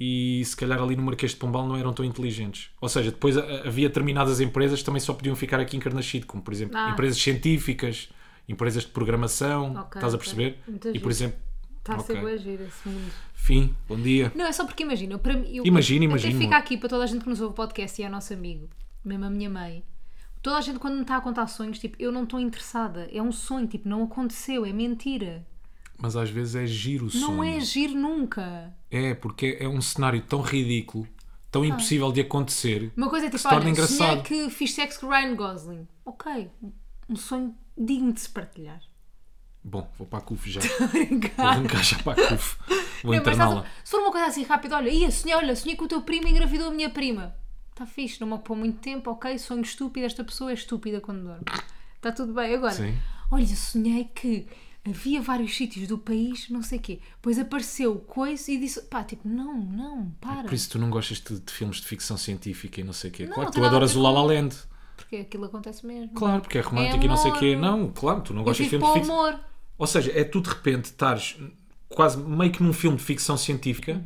Speaker 2: e se calhar ali no Marquês de Pombal não eram tão inteligentes. Ou seja, depois ah, havia determinadas empresas que também só podiam ficar aqui em Carnaxide, como por exemplo
Speaker 1: Ah.
Speaker 2: empresas científicas, empresas de programação.
Speaker 1: Ok,
Speaker 2: estás a
Speaker 1: ok.
Speaker 2: perceber?
Speaker 1: Muito
Speaker 2: E
Speaker 1: giro.
Speaker 2: por exemplo.
Speaker 1: Está a ser
Speaker 2: ok.
Speaker 1: boa gira esse mundo.
Speaker 2: Fim, bom dia.
Speaker 1: Não, é só porque imagina, eu- para mim, eu,
Speaker 2: Imagina,
Speaker 1: até
Speaker 2: imagina,
Speaker 1: fica
Speaker 2: amor.
Speaker 1: aqui para toda a gente que nos ouve o podcast e é nosso amigo, mesmo a minha mãe. Toda a gente quando me está a contar sonhos, tipo, eu não estou interessada, é um sonho, tipo, não aconteceu, é mentira.
Speaker 2: Mas às vezes é giro o
Speaker 1: Não é
Speaker 2: sonho.
Speaker 1: giro nunca.
Speaker 2: É, porque é um cenário tão ridículo, tão impossível de acontecer.
Speaker 1: Uma coisa é tipo,
Speaker 2: se torna
Speaker 1: olha, sonhei
Speaker 2: engraçado.
Speaker 1: que fiz sexo com Ryan Gosling. Ok, um sonho digno de se partilhar.
Speaker 2: Bom, vou para a CUF já. Vou
Speaker 1: Obrigada.
Speaker 2: arrancar já para a CUF.
Speaker 1: Não,
Speaker 2: Vou
Speaker 1: mas estás a-
Speaker 2: interná-la.
Speaker 1: se for uma coisa assim rápida, olha, ia, sonhei, olha, sonhei que o teu primo engravidou a minha prima. Está fixe, não me ocupou muito tempo, ok? Sonho estúpido, esta pessoa é estúpida quando dorme. Está tudo bem. Agora,
Speaker 2: Sim.
Speaker 1: olha, sonhei que havia vários sítios do país, não sei o quê. Depois apareceu o coice e disse, pá, tipo, não, não, para.
Speaker 2: É Por isso tu não gostas de, de filmes de ficção científica e não sei o quê.
Speaker 1: Não,
Speaker 2: claro,
Speaker 1: não
Speaker 2: que
Speaker 1: tem
Speaker 2: tu
Speaker 1: nada a
Speaker 2: adoras
Speaker 1: ver
Speaker 2: o La La Land.
Speaker 1: Porque aquilo acontece mesmo.
Speaker 2: Claro, porque é romântico e não sei o quê. Não, claro, tu não
Speaker 1: Eu
Speaker 2: gostas de
Speaker 1: vivo
Speaker 2: filmes
Speaker 1: para
Speaker 2: de
Speaker 1: o
Speaker 2: ficção.
Speaker 1: amor.
Speaker 2: Ou seja, é tu de repente estares quase meio que num filme de ficção científica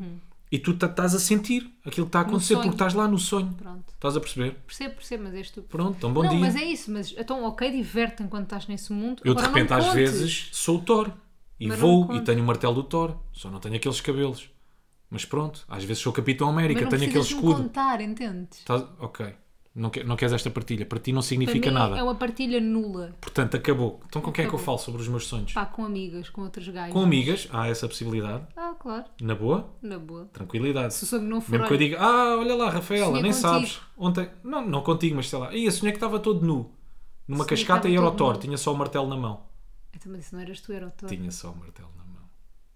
Speaker 2: e tu ta- estás a sentir aquilo que está a acontecer
Speaker 1: Uhum. sonho.
Speaker 2: porque estás lá no sonho.
Speaker 1: Pronto,
Speaker 2: Estás a perceber?
Speaker 1: percebo, percebo, mas é estúpido.
Speaker 2: Pronto, então bom
Speaker 1: não,
Speaker 2: dia.
Speaker 1: mas é isso, mas então ok, divertem quando estás nesse mundo.
Speaker 2: Eu de
Speaker 1: Agora não
Speaker 2: repente às
Speaker 1: contes.
Speaker 2: vezes sou o Thor e
Speaker 1: Mas não me
Speaker 2: vou e
Speaker 1: contes.
Speaker 2: tenho o martelo do Thor, só não tenho aqueles cabelos. Mas pronto, às vezes sou Capitão
Speaker 1: Mas
Speaker 2: América,
Speaker 1: não
Speaker 2: tenho aquele
Speaker 1: precisas de um me
Speaker 2: escudo.
Speaker 1: contar, entendes?
Speaker 2: Estás- Ok, não, que- não queres esta partilha, para ti não
Speaker 1: Para
Speaker 2: significa
Speaker 1: mim
Speaker 2: nada.
Speaker 1: é uma partilha nula.
Speaker 2: Portanto, acabou. Então com quem é que eu
Speaker 1: Acabou.
Speaker 2: falo sobre os meus sonhos?
Speaker 1: Pá, com amigas, com outros gajos.
Speaker 2: Com amigas, há essa possibilidade,
Speaker 1: Ah, claro,
Speaker 2: na boa,
Speaker 1: na boa.
Speaker 2: tranquilidade.
Speaker 1: Se o sonho não for.
Speaker 2: Mesmo que eu diga, ah, olha lá, Rafaela,
Speaker 1: Sonhei
Speaker 2: nem
Speaker 1: contigo."
Speaker 2: sabes. Ontem, não, não contigo, mas sei lá. E a sonhei que estava todo nu,
Speaker 1: Sonhei
Speaker 2: numa
Speaker 1: que estava
Speaker 2: cascata e era o
Speaker 1: todo
Speaker 2: Thor,
Speaker 1: nu.
Speaker 2: tinha só o martelo na mão.
Speaker 1: Então, mas isso não eras tu, era o Thor.
Speaker 2: Tinha só o martelo na mão.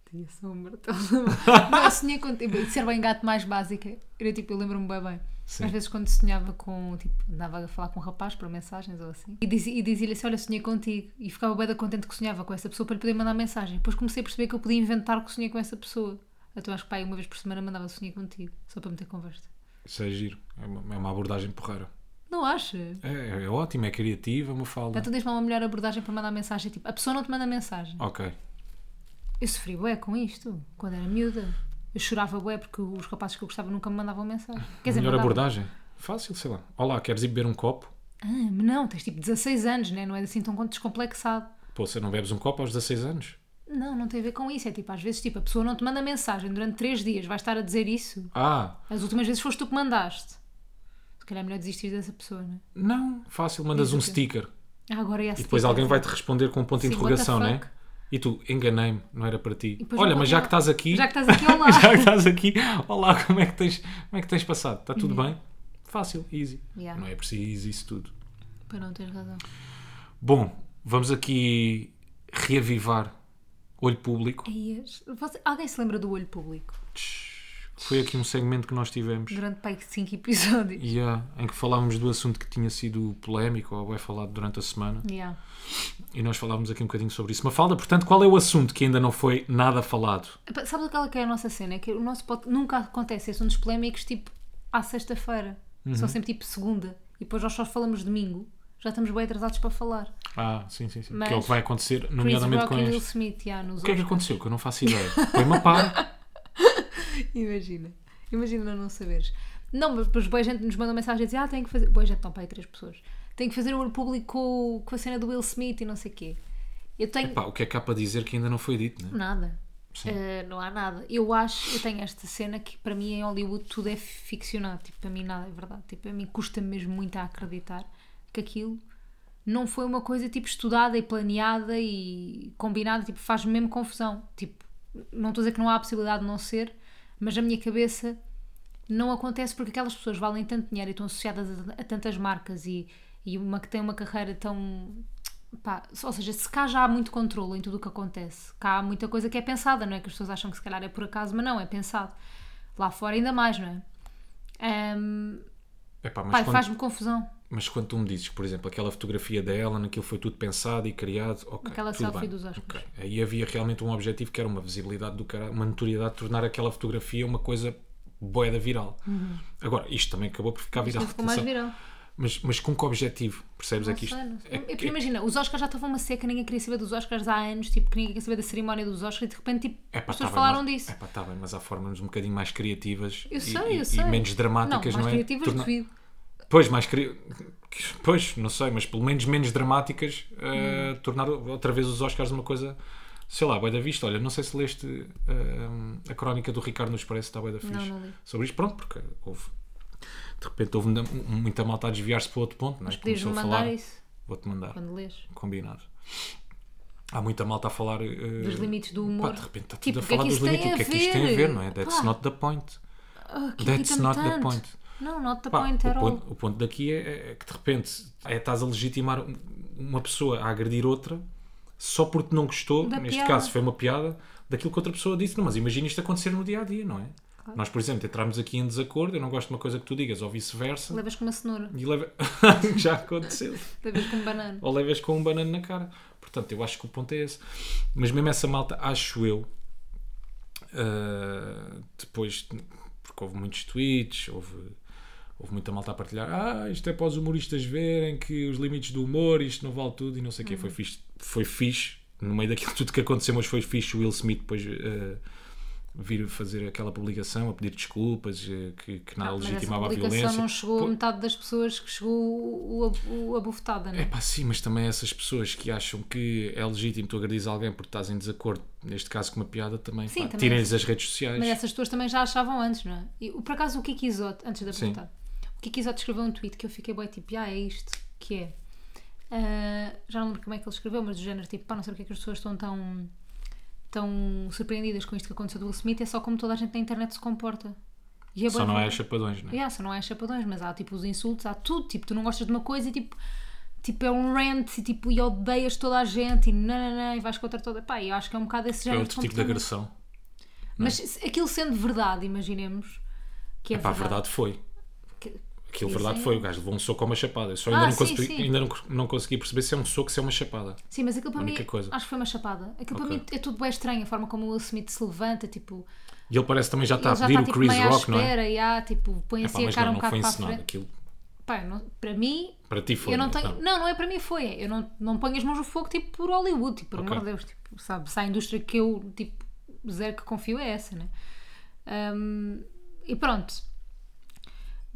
Speaker 1: Tinha só um martelo. não, sonhei com. De ser bem gato mais básica. Era tipo, eu lembro-me bem bem.
Speaker 2: Sim.
Speaker 1: Às vezes quando sonhava com, tipo, andava a falar com um rapaz por mensagens ou assim, e dizia- e dizia-lhe assim, olha, sonhei contigo. E ficava bem contente que sonhava com essa pessoa para lhe poder mandar mensagem. Depois comecei a perceber que eu podia inventar que sonhei com essa pessoa. Então acho que pá, aí uma vez por semana mandava sonhei contigo, só para meter conversa.
Speaker 2: Isso é giro, é uma, é uma abordagem porreira.
Speaker 1: Não achas?
Speaker 2: É, é ótimo, é criativa, uma falda.
Speaker 1: Então tens-me uma melhor abordagem para mandar mensagem. Tipo, a pessoa não te manda mensagem.
Speaker 2: Ok.
Speaker 1: Eu sofri bué com isto, quando era miúda. Eu chorava bué porque os rapazes que eu gostava nunca me mandavam mensagem. Quer dizer,
Speaker 2: Melhor
Speaker 1: mandavam.
Speaker 2: abordagem? Fácil, sei lá. Olá, queres ir beber um copo?
Speaker 1: Ah, mas não, tens tipo 16 anos, né? não é assim tão descomplexado.
Speaker 2: Pô, você não bebes um copo aos 16 anos?
Speaker 1: Não, não tem a ver com isso. É tipo, às vezes tipo, a pessoa não te manda mensagem durante 3 dias, vais estar a dizer isso.
Speaker 2: Ah,
Speaker 1: As últimas vezes foste tu que mandaste. Se calhar é melhor desistir dessa pessoa, não é?
Speaker 2: Não, fácil, mandas
Speaker 1: Diz o
Speaker 2: um
Speaker 1: quê?
Speaker 2: sticker
Speaker 1: Ah, agora é
Speaker 2: e depois alguém vai-te responder com um ponto de
Speaker 1: Sim,
Speaker 2: interrogação,
Speaker 1: what
Speaker 2: não
Speaker 1: the
Speaker 2: é?
Speaker 1: fuck?
Speaker 2: E tu, enganei-me, não era para ti.
Speaker 1: depois
Speaker 2: Olha,
Speaker 1: vão
Speaker 2: mas já que
Speaker 1: continuar-
Speaker 2: estás aqui.
Speaker 1: Já que estás aqui, olá.
Speaker 2: já que estás aqui, olá, como é que tens, como é que tens passado? Está tudo bem? Fácil, easy.
Speaker 1: Uhum. Yeah.
Speaker 2: Não é preciso isso tudo.
Speaker 1: Pois não, tens razão.
Speaker 2: Bom, vamos aqui reavivar olho público.
Speaker 1: Aí és- você- Alguém se lembra do olho público?
Speaker 2: Foi aqui um segmento que nós tivemos.
Speaker 1: Durante pai 5 episódios.
Speaker 2: Yeah, em que falávamos do assunto que tinha sido polémico ou é falado durante a semana
Speaker 1: Yeah.
Speaker 2: e nós falávamos aqui um bocadinho sobre isso. Mafalda, portanto, qual é o assunto que ainda não foi nada falado?
Speaker 1: Epá, Sabe aquela que é a nossa cena? É que o nosso pod... nunca acontece assuntos polémicos tipo à sexta-feira.
Speaker 2: Uhum.
Speaker 1: São sempre tipo segunda. E depois nós só falamos domingo. Já estamos bem atrasados para falar.
Speaker 2: Ah, sim, sim, sim.
Speaker 1: Mas-
Speaker 2: que é o que vai acontecer,
Speaker 1: Chris
Speaker 2: nomeadamente
Speaker 1: Rock
Speaker 2: com
Speaker 1: e Will
Speaker 2: este.
Speaker 1: Smith, yeah, nos
Speaker 2: O que é que
Speaker 1: Oscars.
Speaker 2: aconteceu? Que eu não faço ideia. Põe-me a par.
Speaker 1: Imagina. Imagina não saberes. Não, mas depois boa gente nos manda mensagem a dizer ah, tenho que fazer... Boa gente não, para aí três pessoas. Tenho que fazer o olho público com, com a cena do Will Smith e não sei o quê. Eu tenho...
Speaker 2: Pá, o que é que há para dizer que ainda não foi dito, né?
Speaker 1: Nada.
Speaker 2: Sim.
Speaker 1: Eh, não há nada. Eu acho, eu tenho esta cena que para mim em Hollywood tudo é ficcionado. Tipo, para mim nada é verdade. Tipo, para mim custa mesmo muito a acreditar que aquilo não foi uma coisa tipo estudada e planeada e combinada. Tipo, faz mesmo confusão. Tipo, não estou a dizer que não há a possibilidade de não ser, mas na minha cabeça não acontece porque aquelas pessoas valem tanto dinheiro e estão associadas a, a tantas marcas e, e uma que tem uma carreira tão. Pá, ou seja, se cá já há muito controle em tudo o que acontece, cá há muita coisa que é pensada, não é? Que as pessoas acham que se calhar é por acaso, mas não, é pensado. Lá fora ainda mais, não é? Ahm,
Speaker 2: Epá, mas,
Speaker 1: pá,
Speaker 2: quando,
Speaker 1: faz-me confusão.
Speaker 2: mas quando tu me dizes, por exemplo, aquela fotografia da Ellen, aquilo foi tudo pensado e criado, ok.
Speaker 1: Aquela
Speaker 2: tudo
Speaker 1: selfie
Speaker 2: bem.
Speaker 1: dos Oscars.
Speaker 2: Ok. Aí havia realmente um objetivo que era uma visibilidade do cara, uma notoriedade, tornar aquela fotografia uma coisa boeda viral. Agora, isto também acabou por ficar viral.
Speaker 1: Não Uhum. ficou mais
Speaker 2: atenção.
Speaker 1: viral.
Speaker 2: Mas, mas com que objetivo? Percebes? é
Speaker 1: Não
Speaker 2: que isto.
Speaker 1: sei, não sei.
Speaker 2: é-
Speaker 1: Eu-
Speaker 2: é-
Speaker 1: porque imagina, os Oscars já estavam uma seca, ninguém queria saber dos Oscars há anos, tipo, que ninguém queria saber da cerimónia dos Oscars e de repente, tipo,
Speaker 2: Epá,
Speaker 1: as pessoas
Speaker 2: tá bem,
Speaker 1: falaram
Speaker 2: mas-
Speaker 1: disso.
Speaker 2: epá, tá bem, mas há formas um bocadinho mais criativas
Speaker 1: Eu
Speaker 2: e-
Speaker 1: sei,
Speaker 2: e,
Speaker 1: eu
Speaker 2: e
Speaker 1: sei.
Speaker 2: menos dramáticas, não,
Speaker 1: mais
Speaker 2: é?
Speaker 1: criativas
Speaker 2: Torna-
Speaker 1: duvido.
Speaker 2: Pois, mais cri... Pois, não sei, mas pelo menos menos dramáticas, eh,
Speaker 1: Uhum.
Speaker 2: tornar outra vez os Oscars uma coisa, sei lá, bué da vista. Olha, não sei se leste eh, a crónica do Ricardo no Expresso, está bué da fixe.
Speaker 1: não li.
Speaker 2: Sobre isto, pronto, porque houve... De repente houve muita- muita malta a desviar-se para outro ponto, não é?
Speaker 1: Podias-me
Speaker 2: Começou a
Speaker 1: mandar
Speaker 2: falar-
Speaker 1: isso
Speaker 2: Vou-te mandar,
Speaker 1: quando lês.
Speaker 2: combinado. Há muita malta a falar... eh,
Speaker 1: Dos limites do
Speaker 2: Pá,
Speaker 1: humor.
Speaker 2: de repente está
Speaker 1: Tipo,
Speaker 2: tudo a
Speaker 1: o que é
Speaker 2: falar
Speaker 1: que
Speaker 2: dos
Speaker 1: isso
Speaker 2: limites.
Speaker 1: tem
Speaker 2: O que é
Speaker 1: a
Speaker 2: que isto tem a
Speaker 1: ver?
Speaker 2: ver, não é? That's
Speaker 1: Pá.
Speaker 2: not the point.
Speaker 1: Ah, que
Speaker 2: That's
Speaker 1: irrita-me
Speaker 2: not the
Speaker 1: tanto.
Speaker 2: point.
Speaker 1: Não, not the
Speaker 2: Pá,
Speaker 1: point
Speaker 2: o,
Speaker 1: at all.
Speaker 2: ponto, o ponto daqui é, é que de repente é, estás a legitimar um- uma pessoa a agredir outra só porque não gostou,
Speaker 1: Da
Speaker 2: neste
Speaker 1: piada.
Speaker 2: caso foi uma piada, daquilo que outra pessoa disse. Não, mas imagina isto acontecer no dia a dia, não é? Nós, por exemplo, entrarmos aqui em desacordo, eu não gosto de uma coisa que tu digas, ou vice-versa,
Speaker 1: Levas com uma cenoura,
Speaker 2: e leva. Já aconteceu.
Speaker 1: levas com um banano.
Speaker 2: ou levas com um banano na cara. Portanto, eu acho que o ponto é esse. Mas mesmo essa malta, acho eu, ah, depois, porque houve muitos tweets, houve, houve muita malta a partilhar, ah, isto é para os humoristas verem que os limites do humor, isto não vale tudo e não sei o quê.
Speaker 1: Uhum.
Speaker 2: Foi fixe, foi fixe, no meio daquilo tudo que aconteceu, mas foi fixe o Will Smith depois... ah, vir fazer aquela publicação a pedir desculpas eh, que, que nada
Speaker 1: Não, Ah, mas essa
Speaker 2: legitimava a
Speaker 1: publicação
Speaker 2: violência
Speaker 1: não chegou
Speaker 2: Pô,
Speaker 1: a metade das pessoas que chegou o, o, o- a bufetada, não
Speaker 2: é
Speaker 1: é?
Speaker 2: pá, sim, mas também essas pessoas que acham que é legítimo tu agredires alguém porque estás em desacordo, neste caso com uma piada, também,
Speaker 1: Sim,
Speaker 2: pá,
Speaker 1: também.
Speaker 2: tirem-lhes as redes sociais.
Speaker 1: Mas é assim, essas pessoas também já achavam antes, não é? E, o- por acaso o Kiki Isote, antes da
Speaker 2: Sim.
Speaker 1: bufetada, o Kiki Isote escreveu um tweet que eu fiquei bem tipo, ah, é isto que é. Ah, já não lembro como é que ele escreveu, mas do género tipo, pá, não sei porque é que as pessoas estão tão, tão surpreendidas com isto que aconteceu do Will Smith, é só como toda a gente na internet se comporta. E é
Speaker 2: Só
Speaker 1: bué
Speaker 2: não é
Speaker 1: verdade.
Speaker 2: as chapadões, não é?
Speaker 1: Yeah, só não há chapadões, mas há tipo os insultos, há tudo. Tipo, tu não gostas de uma coisa e tipo, tipo é um rant e, tipo, e odeias toda a gente e nananã e vais contra toda. Pá, eu acho que é um bocado esse
Speaker 2: É
Speaker 1: género.
Speaker 2: outro tipo de
Speaker 1: comportamento.
Speaker 2: agressão.
Speaker 1: Mas se- aquilo sendo verdade, imaginemos que é
Speaker 2: É pá, a
Speaker 1: verdade.
Speaker 2: verdade foi.
Speaker 1: Que-
Speaker 2: Aquilo
Speaker 1: Isso
Speaker 2: verdade
Speaker 1: é-
Speaker 2: foi, o gajo levou um soco ou uma chapada. Eu só
Speaker 1: Ah,
Speaker 2: ainda, não,
Speaker 1: sim,
Speaker 2: consegui,
Speaker 1: sim.
Speaker 2: ainda não, não consegui perceber se é um soco, se é uma chapada.
Speaker 1: Sim, mas aquilo para
Speaker 2: A
Speaker 1: mim
Speaker 2: única coisa.
Speaker 1: acho que foi uma chapada. Aquilo para
Speaker 2: Ok.
Speaker 1: mim é tudo bem estranho, a forma como o Will Smith se levanta, tipo,
Speaker 2: E ele parece também já está
Speaker 1: ele já
Speaker 2: a Tá pedir
Speaker 1: está
Speaker 2: o
Speaker 1: tipo
Speaker 2: Chris
Speaker 1: meio
Speaker 2: Rock,
Speaker 1: à
Speaker 2: não é?
Speaker 1: espera e há, tipo, põe
Speaker 2: É pá,
Speaker 1: assim a
Speaker 2: mas
Speaker 1: cara
Speaker 2: não,
Speaker 1: um
Speaker 2: não foi
Speaker 1: bocado para a
Speaker 2: ensinado.
Speaker 1: frente.
Speaker 2: Aquilo
Speaker 1: Pá, eu não- para mim
Speaker 2: para ti foi.
Speaker 1: eu não
Speaker 2: é?
Speaker 1: tenho. Não, não é para mim, foi. Eu não, não ponho as mãos no fogo, tipo, por Hollywood, tipo, por
Speaker 2: Ok.
Speaker 1: amor de Deus, tipo, sabe? Se há indústria que eu, tipo, zero que confio é essa, né? Hum, e pronto.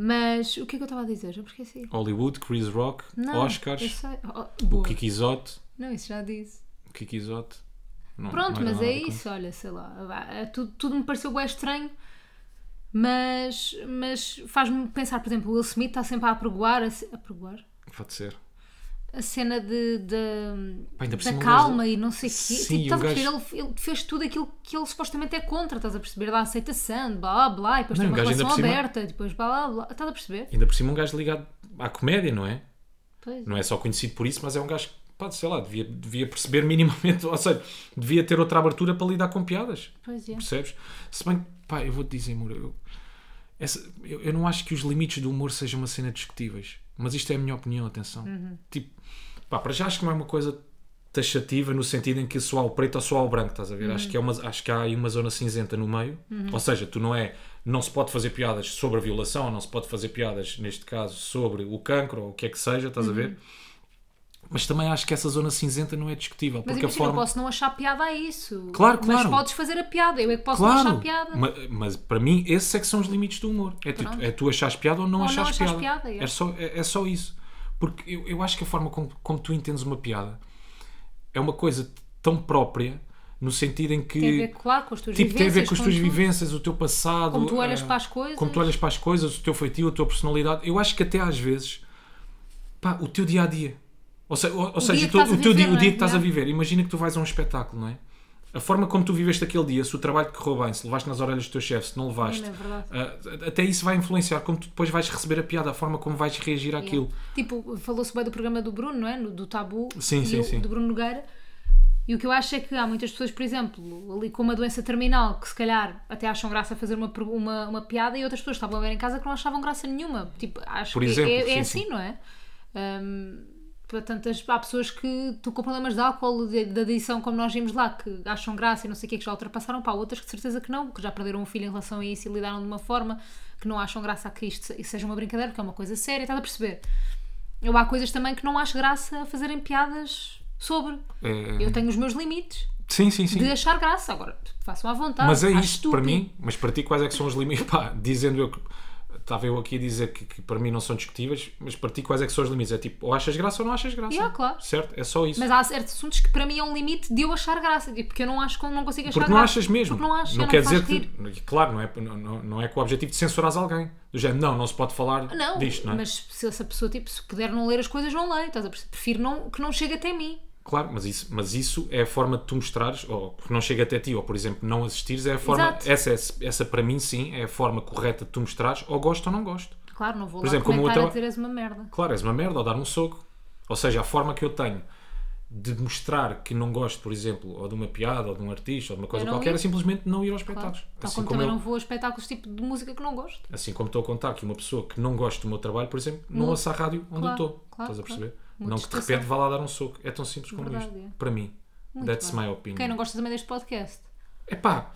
Speaker 1: Mas o que é que eu estava a dizer? Já me esqueci.
Speaker 2: Hollywood, Chris Rock,
Speaker 1: Não, eu
Speaker 2: Oscars,
Speaker 1: sei. Oh,
Speaker 2: o
Speaker 1: boa.
Speaker 2: Kikizote.
Speaker 1: Não, isso já disse.
Speaker 2: Kikizote. Não-
Speaker 1: Pronto,
Speaker 2: não era
Speaker 1: mas
Speaker 2: Ah, nada
Speaker 1: é
Speaker 2: com-
Speaker 1: isso, olha, sei lá. vá, é Tudo, tudo me pareceu bem estranho. Mas, mas faz-me pensar, por exemplo, o Will Smith está sempre a apregoar, a, ce- apregoar?
Speaker 2: Pode ser.
Speaker 1: a cena de, de-
Speaker 2: Pá, ainda por
Speaker 1: da
Speaker 2: cima um
Speaker 1: calma
Speaker 2: gajo-
Speaker 1: e não sei o quê.
Speaker 2: Sim,
Speaker 1: tipo, estás
Speaker 2: um
Speaker 1: a perceber? Ele, ele fez tudo aquilo que ele supostamente é contra, estás a perceber? Da aceitação, de blá blá, blá, e depois
Speaker 2: Não,
Speaker 1: tem
Speaker 2: um
Speaker 1: uma
Speaker 2: gajo ainda
Speaker 1: relação
Speaker 2: por cima-
Speaker 1: aberta, e depois blá blá blá. Estás a perceber?
Speaker 2: Ainda por cima um gajo ligado à comédia, não é?
Speaker 1: Pois.
Speaker 2: Não é só conhecido por isso, mas é um gajo que, pá, sei lá, devia, devia perceber minimamente, ou seja, devia ter outra abertura para lidar com piadas.
Speaker 1: Pois é.
Speaker 2: Percebes? Se bem que, pá, eu vou-te dizer, Moura, eu, essa- eu, eu não acho que os limites do humor sejam uma cena discutíveis. Mas isto é a minha opinião, atenção.
Speaker 1: Uhum.
Speaker 2: Tipo, pá, para já acho que não é uma coisa taxativa no sentido em que só há o preto ou só há o branco, estás a ver?
Speaker 1: Uhum.
Speaker 2: Acho, que é uma, acho que há aí uma zona cinzenta no meio. Ou seja, tu não é. Não se pode fazer piadas sobre a violação, não se pode fazer piadas, neste caso, sobre o cancro ou o que é que seja, estás
Speaker 1: Uhum.
Speaker 2: a ver? Mas também acho que essa zona cinzenta não é discutível.
Speaker 1: Mas
Speaker 2: porque
Speaker 1: imagina,
Speaker 2: a forma...
Speaker 1: eu posso não achar piada a isso.
Speaker 2: Claro, claro.
Speaker 1: Mas podes fazer a piada, eu é que posso não
Speaker 2: Claro,
Speaker 1: achar piada.
Speaker 2: ma- mas, para mim esses é que são os limites do humor. É tu,
Speaker 1: Pronto.
Speaker 2: é tu achares piada ou não
Speaker 1: Ou não
Speaker 2: achares
Speaker 1: achares
Speaker 2: piada.
Speaker 1: piada, é.
Speaker 2: é. só, é, é só isso. Porque eu, eu acho que a forma como, como tu entendes uma piada é uma coisa tão própria no sentido em que
Speaker 1: Tem a ver, claro, com as tuas
Speaker 2: tipo, tem a
Speaker 1: vivências.
Speaker 2: ver com as tuas
Speaker 1: tu-
Speaker 2: vivências, o teu passado,
Speaker 1: como tu olhas
Speaker 2: eh,
Speaker 1: para as coisas.
Speaker 2: como tu olhas para as coisas, o teu feitio, a tua personalidade. Eu acho que até às vezes pá, o teu dia a dia. Ou, se- ou- ou
Speaker 1: dia
Speaker 2: seja,
Speaker 1: que
Speaker 2: tu-
Speaker 1: estás a
Speaker 2: o, teu
Speaker 1: viver,
Speaker 2: dia,
Speaker 1: não
Speaker 2: o
Speaker 1: é?
Speaker 2: dia que estás a
Speaker 1: Yeah.
Speaker 2: viver. Imagina que tu vais a um espetáculo, não é? A forma como tu viveste aquele dia, se o trabalho te correu bem, se levaste nas orelhas do teu chefe, se não levaste,
Speaker 1: Não, é verdade.
Speaker 2: ah, até isso vai influenciar como tu depois vais receber a piada, a forma como vais reagir àquilo.
Speaker 1: Tipo, falou-se bem do programa do Bruno, não é? No- Do Tabu.
Speaker 2: Sim,
Speaker 1: e
Speaker 2: sim,
Speaker 1: o-
Speaker 2: sim.
Speaker 1: Do Bruno Nogueira. E o que eu acho é que há muitas pessoas, por exemplo, ali com uma doença terminal, que se calhar até acham graça fazer uma, per- uma, uma piada, e outras pessoas que estavam a ver em casa que não achavam graça nenhuma. Tipo, acho
Speaker 2: Por
Speaker 1: que é-
Speaker 2: exemplo,
Speaker 1: é, é
Speaker 2: sim,
Speaker 1: assim,
Speaker 2: sim.
Speaker 1: não é? Hum, portanto, as- há pessoas que estão com problemas de álcool, de, de adição, como nós vimos lá, que acham graça e não sei o que, que já ultrapassaram, para outras que de certeza que não, que já perderam um filho em relação a isso e lidaram de uma forma que não acham graça a que isto se- seja uma brincadeira, porque é uma coisa séria, estás a perceber? Eu há coisas também que não acho graça a fazerem piadas sobre.
Speaker 2: É,
Speaker 1: Eu tenho os meus limites
Speaker 2: Sim, sim, sim.
Speaker 1: de achar graça. Agora, façam à vontade.
Speaker 2: Mas é
Speaker 1: Ah, acho
Speaker 2: isso, para
Speaker 1: estúpido.
Speaker 2: mim, mas para ti quais é que são os limites? Pá, dizendo eu que estava eu aqui a dizer que, que para mim não são discutíveis, mas para ti quais é que são os limites? É tipo, ou achas graça ou não achas graça.
Speaker 1: Yeah, claro.
Speaker 2: Certo? É só isso.
Speaker 1: Mas há certos assuntos que para mim é um limite de eu achar graça. tipo, Porque eu não acho que não consigo achar
Speaker 2: Porque não
Speaker 1: graça.
Speaker 2: achas mesmo.
Speaker 1: Porque não acho. eu
Speaker 2: quer
Speaker 1: me faz
Speaker 2: dizer que. Claro, não é, não, não- não é com o objetivo de censurares alguém. Do género, não, não se pode falar
Speaker 1: rir. Não,
Speaker 2: disto, não é?
Speaker 1: mas se essa pessoa, tipo, se puder não ler as coisas, não leio. Estás a perceber? Prefiro não, que não chegue até mim.
Speaker 2: Claro, mas isso, mas isso é a forma de tu mostrares, ou que não chega até ti, ou por exemplo, não assistires, é a forma.
Speaker 1: Exato.
Speaker 2: Essa, é- essa para mim sim é a forma correta de tu mostrares, ou gosto ou não gosto.
Speaker 1: Claro, não vou
Speaker 2: Por
Speaker 1: lá
Speaker 2: exemplo, como o
Speaker 1: comentar a
Speaker 2: teu-
Speaker 1: dizer és uma merda.
Speaker 2: Claro, és uma merda ou dar um soco. Ou seja, a forma que eu tenho de mostrar que não gosto, por exemplo, ou de uma piada, ou de um artista, ou de uma coisa
Speaker 1: não
Speaker 2: qualquer,
Speaker 1: ir.
Speaker 2: é simplesmente não ir aos
Speaker 1: Claro.
Speaker 2: espetáculos.
Speaker 1: Tal
Speaker 2: Assim
Speaker 1: como
Speaker 2: como
Speaker 1: também
Speaker 2: eu-
Speaker 1: não vou a espetáculos tipo de música que não gosto.
Speaker 2: Assim como estou a contar que uma pessoa que não gosta do meu trabalho, por exemplo, não
Speaker 1: Não.
Speaker 2: ouça a rádio onde
Speaker 1: Uhum. Claro,
Speaker 2: eu estou.
Speaker 1: claro,
Speaker 2: Estás a perceber?
Speaker 1: claro. Muita
Speaker 2: não que de
Speaker 1: distração.
Speaker 2: repente vá lá dar um soco. É tão simples como
Speaker 1: Verdade,
Speaker 2: isto.
Speaker 1: é.
Speaker 2: Para mim.
Speaker 1: Muito
Speaker 2: That's
Speaker 1: bem.
Speaker 2: my opinion.
Speaker 1: Quem não gosta também deste podcast?
Speaker 2: Epá,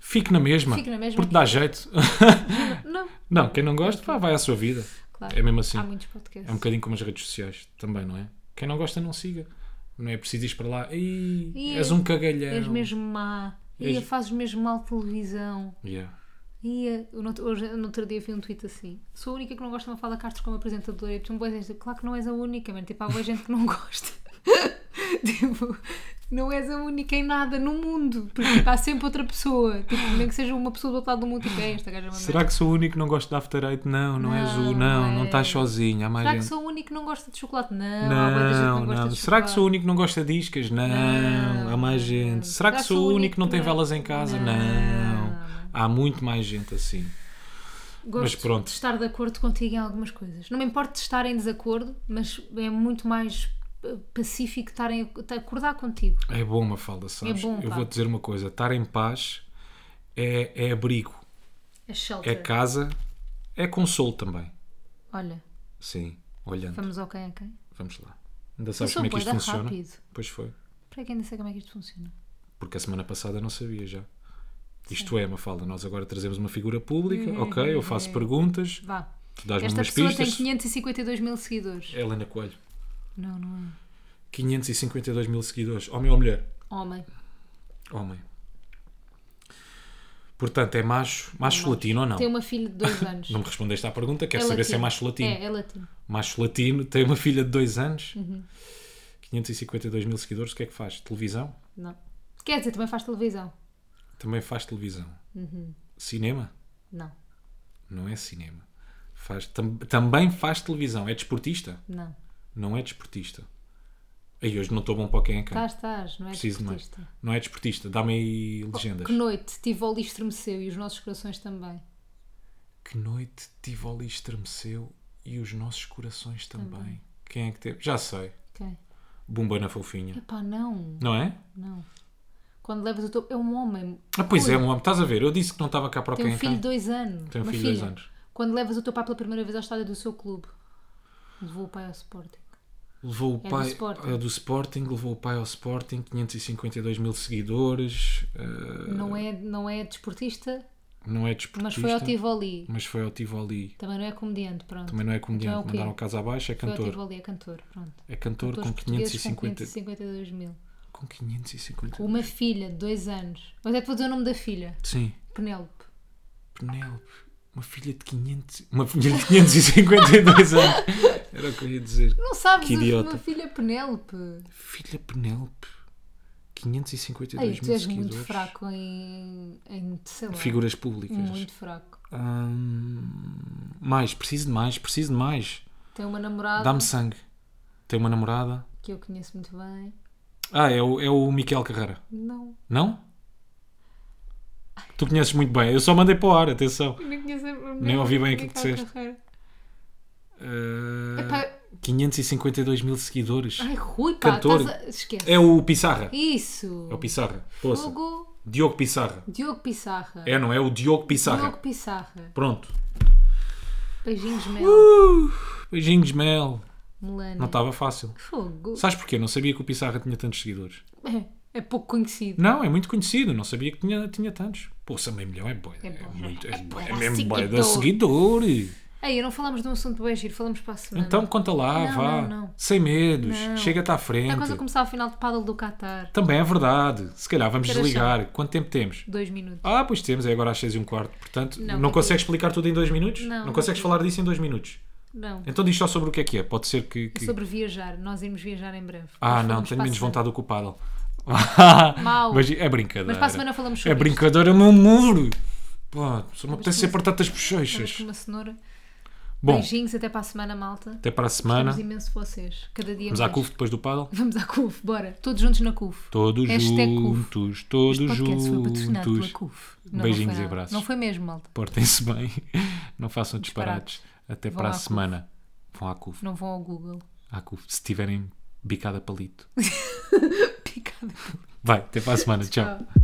Speaker 2: fique na mesma.
Speaker 1: Fique na mesma.
Speaker 2: Porque dá jeito.
Speaker 1: Não.
Speaker 2: não, quem não gosta, pá, vai à sua vida.
Speaker 1: Claro.
Speaker 2: É mesmo assim.
Speaker 1: Há muitos podcasts.
Speaker 2: É um bocadinho como as redes sociais também, não é? Quem não gosta, não siga. Não é preciso ir para lá. Ei,
Speaker 1: Ih,
Speaker 2: és um cagalhão.
Speaker 1: És mesmo má. Ia,
Speaker 2: És-
Speaker 1: fazes mesmo mal televisão.
Speaker 2: Yeah.
Speaker 1: Ia. eh, Eu no, hoje, no outro dia vi um tweet assim. Sou a única que não gosta de uma fala Castro como apresentadora. E tu me vais dizer, claro que não és a única, mano. Tipo, há boa gente que não gosta. tipo, não és a única em nada no mundo. Porque tipo, há sempre outra pessoa. Tipo, nem que seja uma pessoa do outro lado do mundo. Tipo, é esta gaja é uma merda.
Speaker 2: Será que sou o único que não gosta de After Eight? Não, não, és
Speaker 1: Não,
Speaker 2: o. Não,
Speaker 1: não
Speaker 2: não estás
Speaker 1: és.
Speaker 2: sozinho. Há mais
Speaker 1: Será que
Speaker 2: gente.
Speaker 1: sou o único que não gosta de chocolate? Não, há bué da gente que
Speaker 2: Não,
Speaker 1: gosta
Speaker 2: não.
Speaker 1: de
Speaker 2: Será que sou o
Speaker 1: chocolate.
Speaker 2: único que não gosta de discas? Não.
Speaker 1: Não.
Speaker 2: Há mais gente. Será que sou o único que não tem velas em casa?
Speaker 1: Não.
Speaker 2: Não. Há muito mais gente assim.
Speaker 1: Gosto
Speaker 2: Mas pronto.
Speaker 1: de estar de acordo contigo em algumas coisas. Não me importa de estar em desacordo, mas é muito mais eh, pacífico estar em, estar- acordar contigo.
Speaker 2: É bom uma falda, sabes?
Speaker 1: É bom,
Speaker 2: Eu
Speaker 1: pá.
Speaker 2: vou dizer uma coisa. Estar em paz é, é abrigo,
Speaker 1: É
Speaker 2: é
Speaker 1: shelter.
Speaker 2: casa, é consolo também.
Speaker 1: Olha,
Speaker 2: Sim, olhando.
Speaker 1: vamos ao quem é quem.
Speaker 2: Vamos lá. Ainda
Speaker 1: Eu
Speaker 2: sabes
Speaker 1: sou
Speaker 2: como é que
Speaker 1: bué
Speaker 2: isto
Speaker 1: da
Speaker 2: funciona?
Speaker 1: rápido.
Speaker 2: Pois foi.
Speaker 1: Para quem ainda sei como é que isto funciona.
Speaker 2: Porque a semana passada não sabia já. Isto é, Mafalda, nós agora trazemos uma figura pública, ok? Eu faço perguntas,
Speaker 1: Vá.
Speaker 2: tu dás-me
Speaker 1: Uhum. Esta
Speaker 2: umas
Speaker 1: pessoa tem
Speaker 2: pistas.
Speaker 1: 552 mil seguidores.
Speaker 2: Helena Coelho,
Speaker 1: Não, não é.
Speaker 2: 552 mil seguidores, homem ou mulher?
Speaker 1: Homem.
Speaker 2: Homem. Portanto, é macho, macho latino ou não?
Speaker 1: Tem uma filha de dois anos.
Speaker 2: Não me respondeste à pergunta, quero
Speaker 1: É
Speaker 2: saber se é
Speaker 1: latino.
Speaker 2: macho latino.
Speaker 1: É, Uhum. é latino.
Speaker 2: Macho latino, tem uma filha de dois anos, 552 mil seguidores, o que é que faz? Televisão?
Speaker 1: Não. Quer dizer, também faz televisão. Uhum.
Speaker 2: Também faz televisão. Cinema?
Speaker 1: Não,
Speaker 2: Não é cinema. Faz, tam- também faz televisão. É desportista?
Speaker 1: não.
Speaker 2: Não é desportista. Aí hoje não estou bom para quem é quem.
Speaker 1: Estás, estás, não é
Speaker 2: Preciso de mais.
Speaker 1: desportista.
Speaker 2: Não é desportista. Dá-me aí legendas.
Speaker 1: Que noite, Tivoli estremeceu e os nossos corações também.
Speaker 2: Que noite Tivoli estremeceu e os nossos corações também. Quem é que teve? Já sei.
Speaker 1: Ok.
Speaker 2: Bumba na fofinha.
Speaker 1: Epá, não,
Speaker 2: Não é?
Speaker 1: não. Quando levas o teu. É um homem.
Speaker 2: Ah, pois
Speaker 1: Ui,
Speaker 2: é, um homem. Estás a ver? Eu disse que não estava cá para o
Speaker 1: Tem
Speaker 2: quem
Speaker 1: um
Speaker 2: é
Speaker 1: filho de
Speaker 2: quem.
Speaker 1: dois anos.
Speaker 2: Tem um
Speaker 1: uma
Speaker 2: filho de dois
Speaker 1: filha.
Speaker 2: anos.
Speaker 1: Quando levas o teu pai pela primeira vez ao estádio do seu clube, levou o pai ao Sporting.
Speaker 2: Levou o
Speaker 1: do
Speaker 2: pai
Speaker 1: Sporting.
Speaker 2: é do Sporting, levou o pai ao Sporting, 552 mil seguidores, eh,
Speaker 1: Não é, não é desportista,
Speaker 2: não é desportista,
Speaker 1: mas foi ao Tivoli.
Speaker 2: mas foi ao Tivoli.
Speaker 1: Também não é comediante, pronto.
Speaker 2: Também não é comediante,
Speaker 1: Então é o quê?
Speaker 2: mandaram o caso abaixo, é
Speaker 1: foi ao
Speaker 2: cantor.
Speaker 1: Tivoli, é cantor, pronto.
Speaker 2: É cantor
Speaker 1: Cantores
Speaker 2: com
Speaker 1: portugueses com
Speaker 2: 550...
Speaker 1: 552 mil.
Speaker 2: Com 550...
Speaker 1: Uma filha de dois anos. Mas é que vou dizer o nome da filha.
Speaker 2: Sim,
Speaker 1: Penélope.
Speaker 2: Penélope, uma filha de 500... Uma filha de 552 anos. Era o que eu ia dizer.
Speaker 1: Não sabes
Speaker 2: Que
Speaker 1: a-
Speaker 2: idiota.
Speaker 1: uma filha Penélope.
Speaker 2: Filha Penélope,
Speaker 1: Ei,
Speaker 2: 552
Speaker 1: tu
Speaker 2: É mil
Speaker 1: és muito
Speaker 2: seguidores.
Speaker 1: fraco em, em sei lá,
Speaker 2: Figuras públicas.
Speaker 1: Muito fraco.
Speaker 2: Hum, mais, preciso de mais, preciso de mais.
Speaker 1: Tem uma namorada
Speaker 2: Dá-me sangue. Tem uma namorada.
Speaker 1: que eu conheço muito bem.
Speaker 2: Ah, é o, é o Miquel Carreira.
Speaker 1: Não,
Speaker 2: Não? Tu conheces muito bem. Eu só mandei para o ar, atenção.
Speaker 1: eu nem conheço a mulher.
Speaker 2: Nem ouvi bem aquilo que
Speaker 1: Miquel
Speaker 2: disseste.
Speaker 1: Carreira.
Speaker 2: Ah,
Speaker 1: Epá,
Speaker 2: 552 mil seguidores.
Speaker 1: Ai, Rui, pá,
Speaker 2: Cantor.
Speaker 1: estás a... esquece.
Speaker 2: É o Pissarra.
Speaker 1: Isso.
Speaker 2: É o Pissarra. Poça.
Speaker 1: Diogo,
Speaker 2: Diogo Pissarra.
Speaker 1: Diogo Pissarra.
Speaker 2: É, não é? O Diogo Pissarra.
Speaker 1: Diogo Pissarra.
Speaker 2: Pronto.
Speaker 1: Beijinhos, Mel.
Speaker 2: Beijinhos, Mel.
Speaker 1: Melania.
Speaker 2: Uh! Não tá. estava fácil.
Speaker 1: Fogo.
Speaker 2: Sabes porquê? Não sabia que o Pissarra tinha tantos seguidores.
Speaker 1: É, é pouco conhecido.
Speaker 2: Não, é muito conhecido, não sabia que tinha, tinha tantos. Poça, meio milhão é boi. É,
Speaker 1: bué.
Speaker 2: muito, é, bué,
Speaker 1: bué
Speaker 2: é
Speaker 1: da
Speaker 2: mesmo boi da
Speaker 1: seguidor.
Speaker 2: seguidor.
Speaker 1: Ei, não falámos de um assunto bem giro, falamos para a semana.
Speaker 2: Então conta lá,
Speaker 1: Não,
Speaker 2: vá.
Speaker 1: não, não.
Speaker 2: Sem medos,
Speaker 1: Não.
Speaker 2: chega-te à
Speaker 1: Está
Speaker 2: frente.
Speaker 1: É quase a começar a final de paddle do Qatar.
Speaker 2: Também é verdade. Se calhar vamos
Speaker 1: Quero
Speaker 2: desligar. Quanto tempo temos?
Speaker 1: Dois minutos.
Speaker 2: Ah, pois temos, é agora às 6 e um quarto. Portanto,
Speaker 1: Não,
Speaker 2: não,
Speaker 1: não
Speaker 2: consegues explicar tudo em dois minutos?
Speaker 1: Não, não
Speaker 2: consegues
Speaker 1: digo.
Speaker 2: falar disso em dois minutos?
Speaker 1: Não.
Speaker 2: Então diz só sobre o que é que é. Pode ser que.
Speaker 1: É
Speaker 2: que-
Speaker 1: sobre viajar. Nós iremos viajar em breve.
Speaker 2: Ah,
Speaker 1: Mas
Speaker 2: não,
Speaker 1: falamos
Speaker 2: tenho
Speaker 1: para a
Speaker 2: menos
Speaker 1: semana.
Speaker 2: vontade do que o Paddle.
Speaker 1: Mau.
Speaker 2: Mas é brincadeira.
Speaker 1: Mas para a semana falamos sobre
Speaker 2: É
Speaker 1: isto.
Speaker 2: brincadeira, meu muro. Pô, só me apetece
Speaker 1: começar-
Speaker 2: apertar as
Speaker 1: Falamos com
Speaker 2: bochechas.
Speaker 1: uma cenoura.
Speaker 2: Bom,
Speaker 1: Beijinhos, até para a semana, malta.
Speaker 2: até para a
Speaker 1: Gostamos
Speaker 2: semana.
Speaker 1: imenso de vocês. Cada dia
Speaker 2: Vamos à
Speaker 1: mais.
Speaker 2: CUF depois do paddle.
Speaker 1: Vamos à CUF, bora. Todos juntos na CUF.
Speaker 2: Todos
Speaker 1: Hashtag
Speaker 2: juntos,
Speaker 1: Este
Speaker 2: todos
Speaker 1: podcast foi patrocinado pela
Speaker 2: juntos.
Speaker 1: CUF.
Speaker 2: Beijinhos
Speaker 1: foi
Speaker 2: e
Speaker 1: nada.
Speaker 2: abraços.
Speaker 1: Não foi mesmo, malta.
Speaker 2: Portem-se bem. Não façam disparates. Até
Speaker 1: Vão
Speaker 2: para
Speaker 1: à
Speaker 2: a
Speaker 1: CUF.
Speaker 2: semana. Vão à CUF.
Speaker 1: Não vão ao Google.
Speaker 2: À CUF. Se tiverem bicada palito.
Speaker 1: Picada.
Speaker 2: Vai, até para a semana. Tchau.
Speaker 1: Tchau.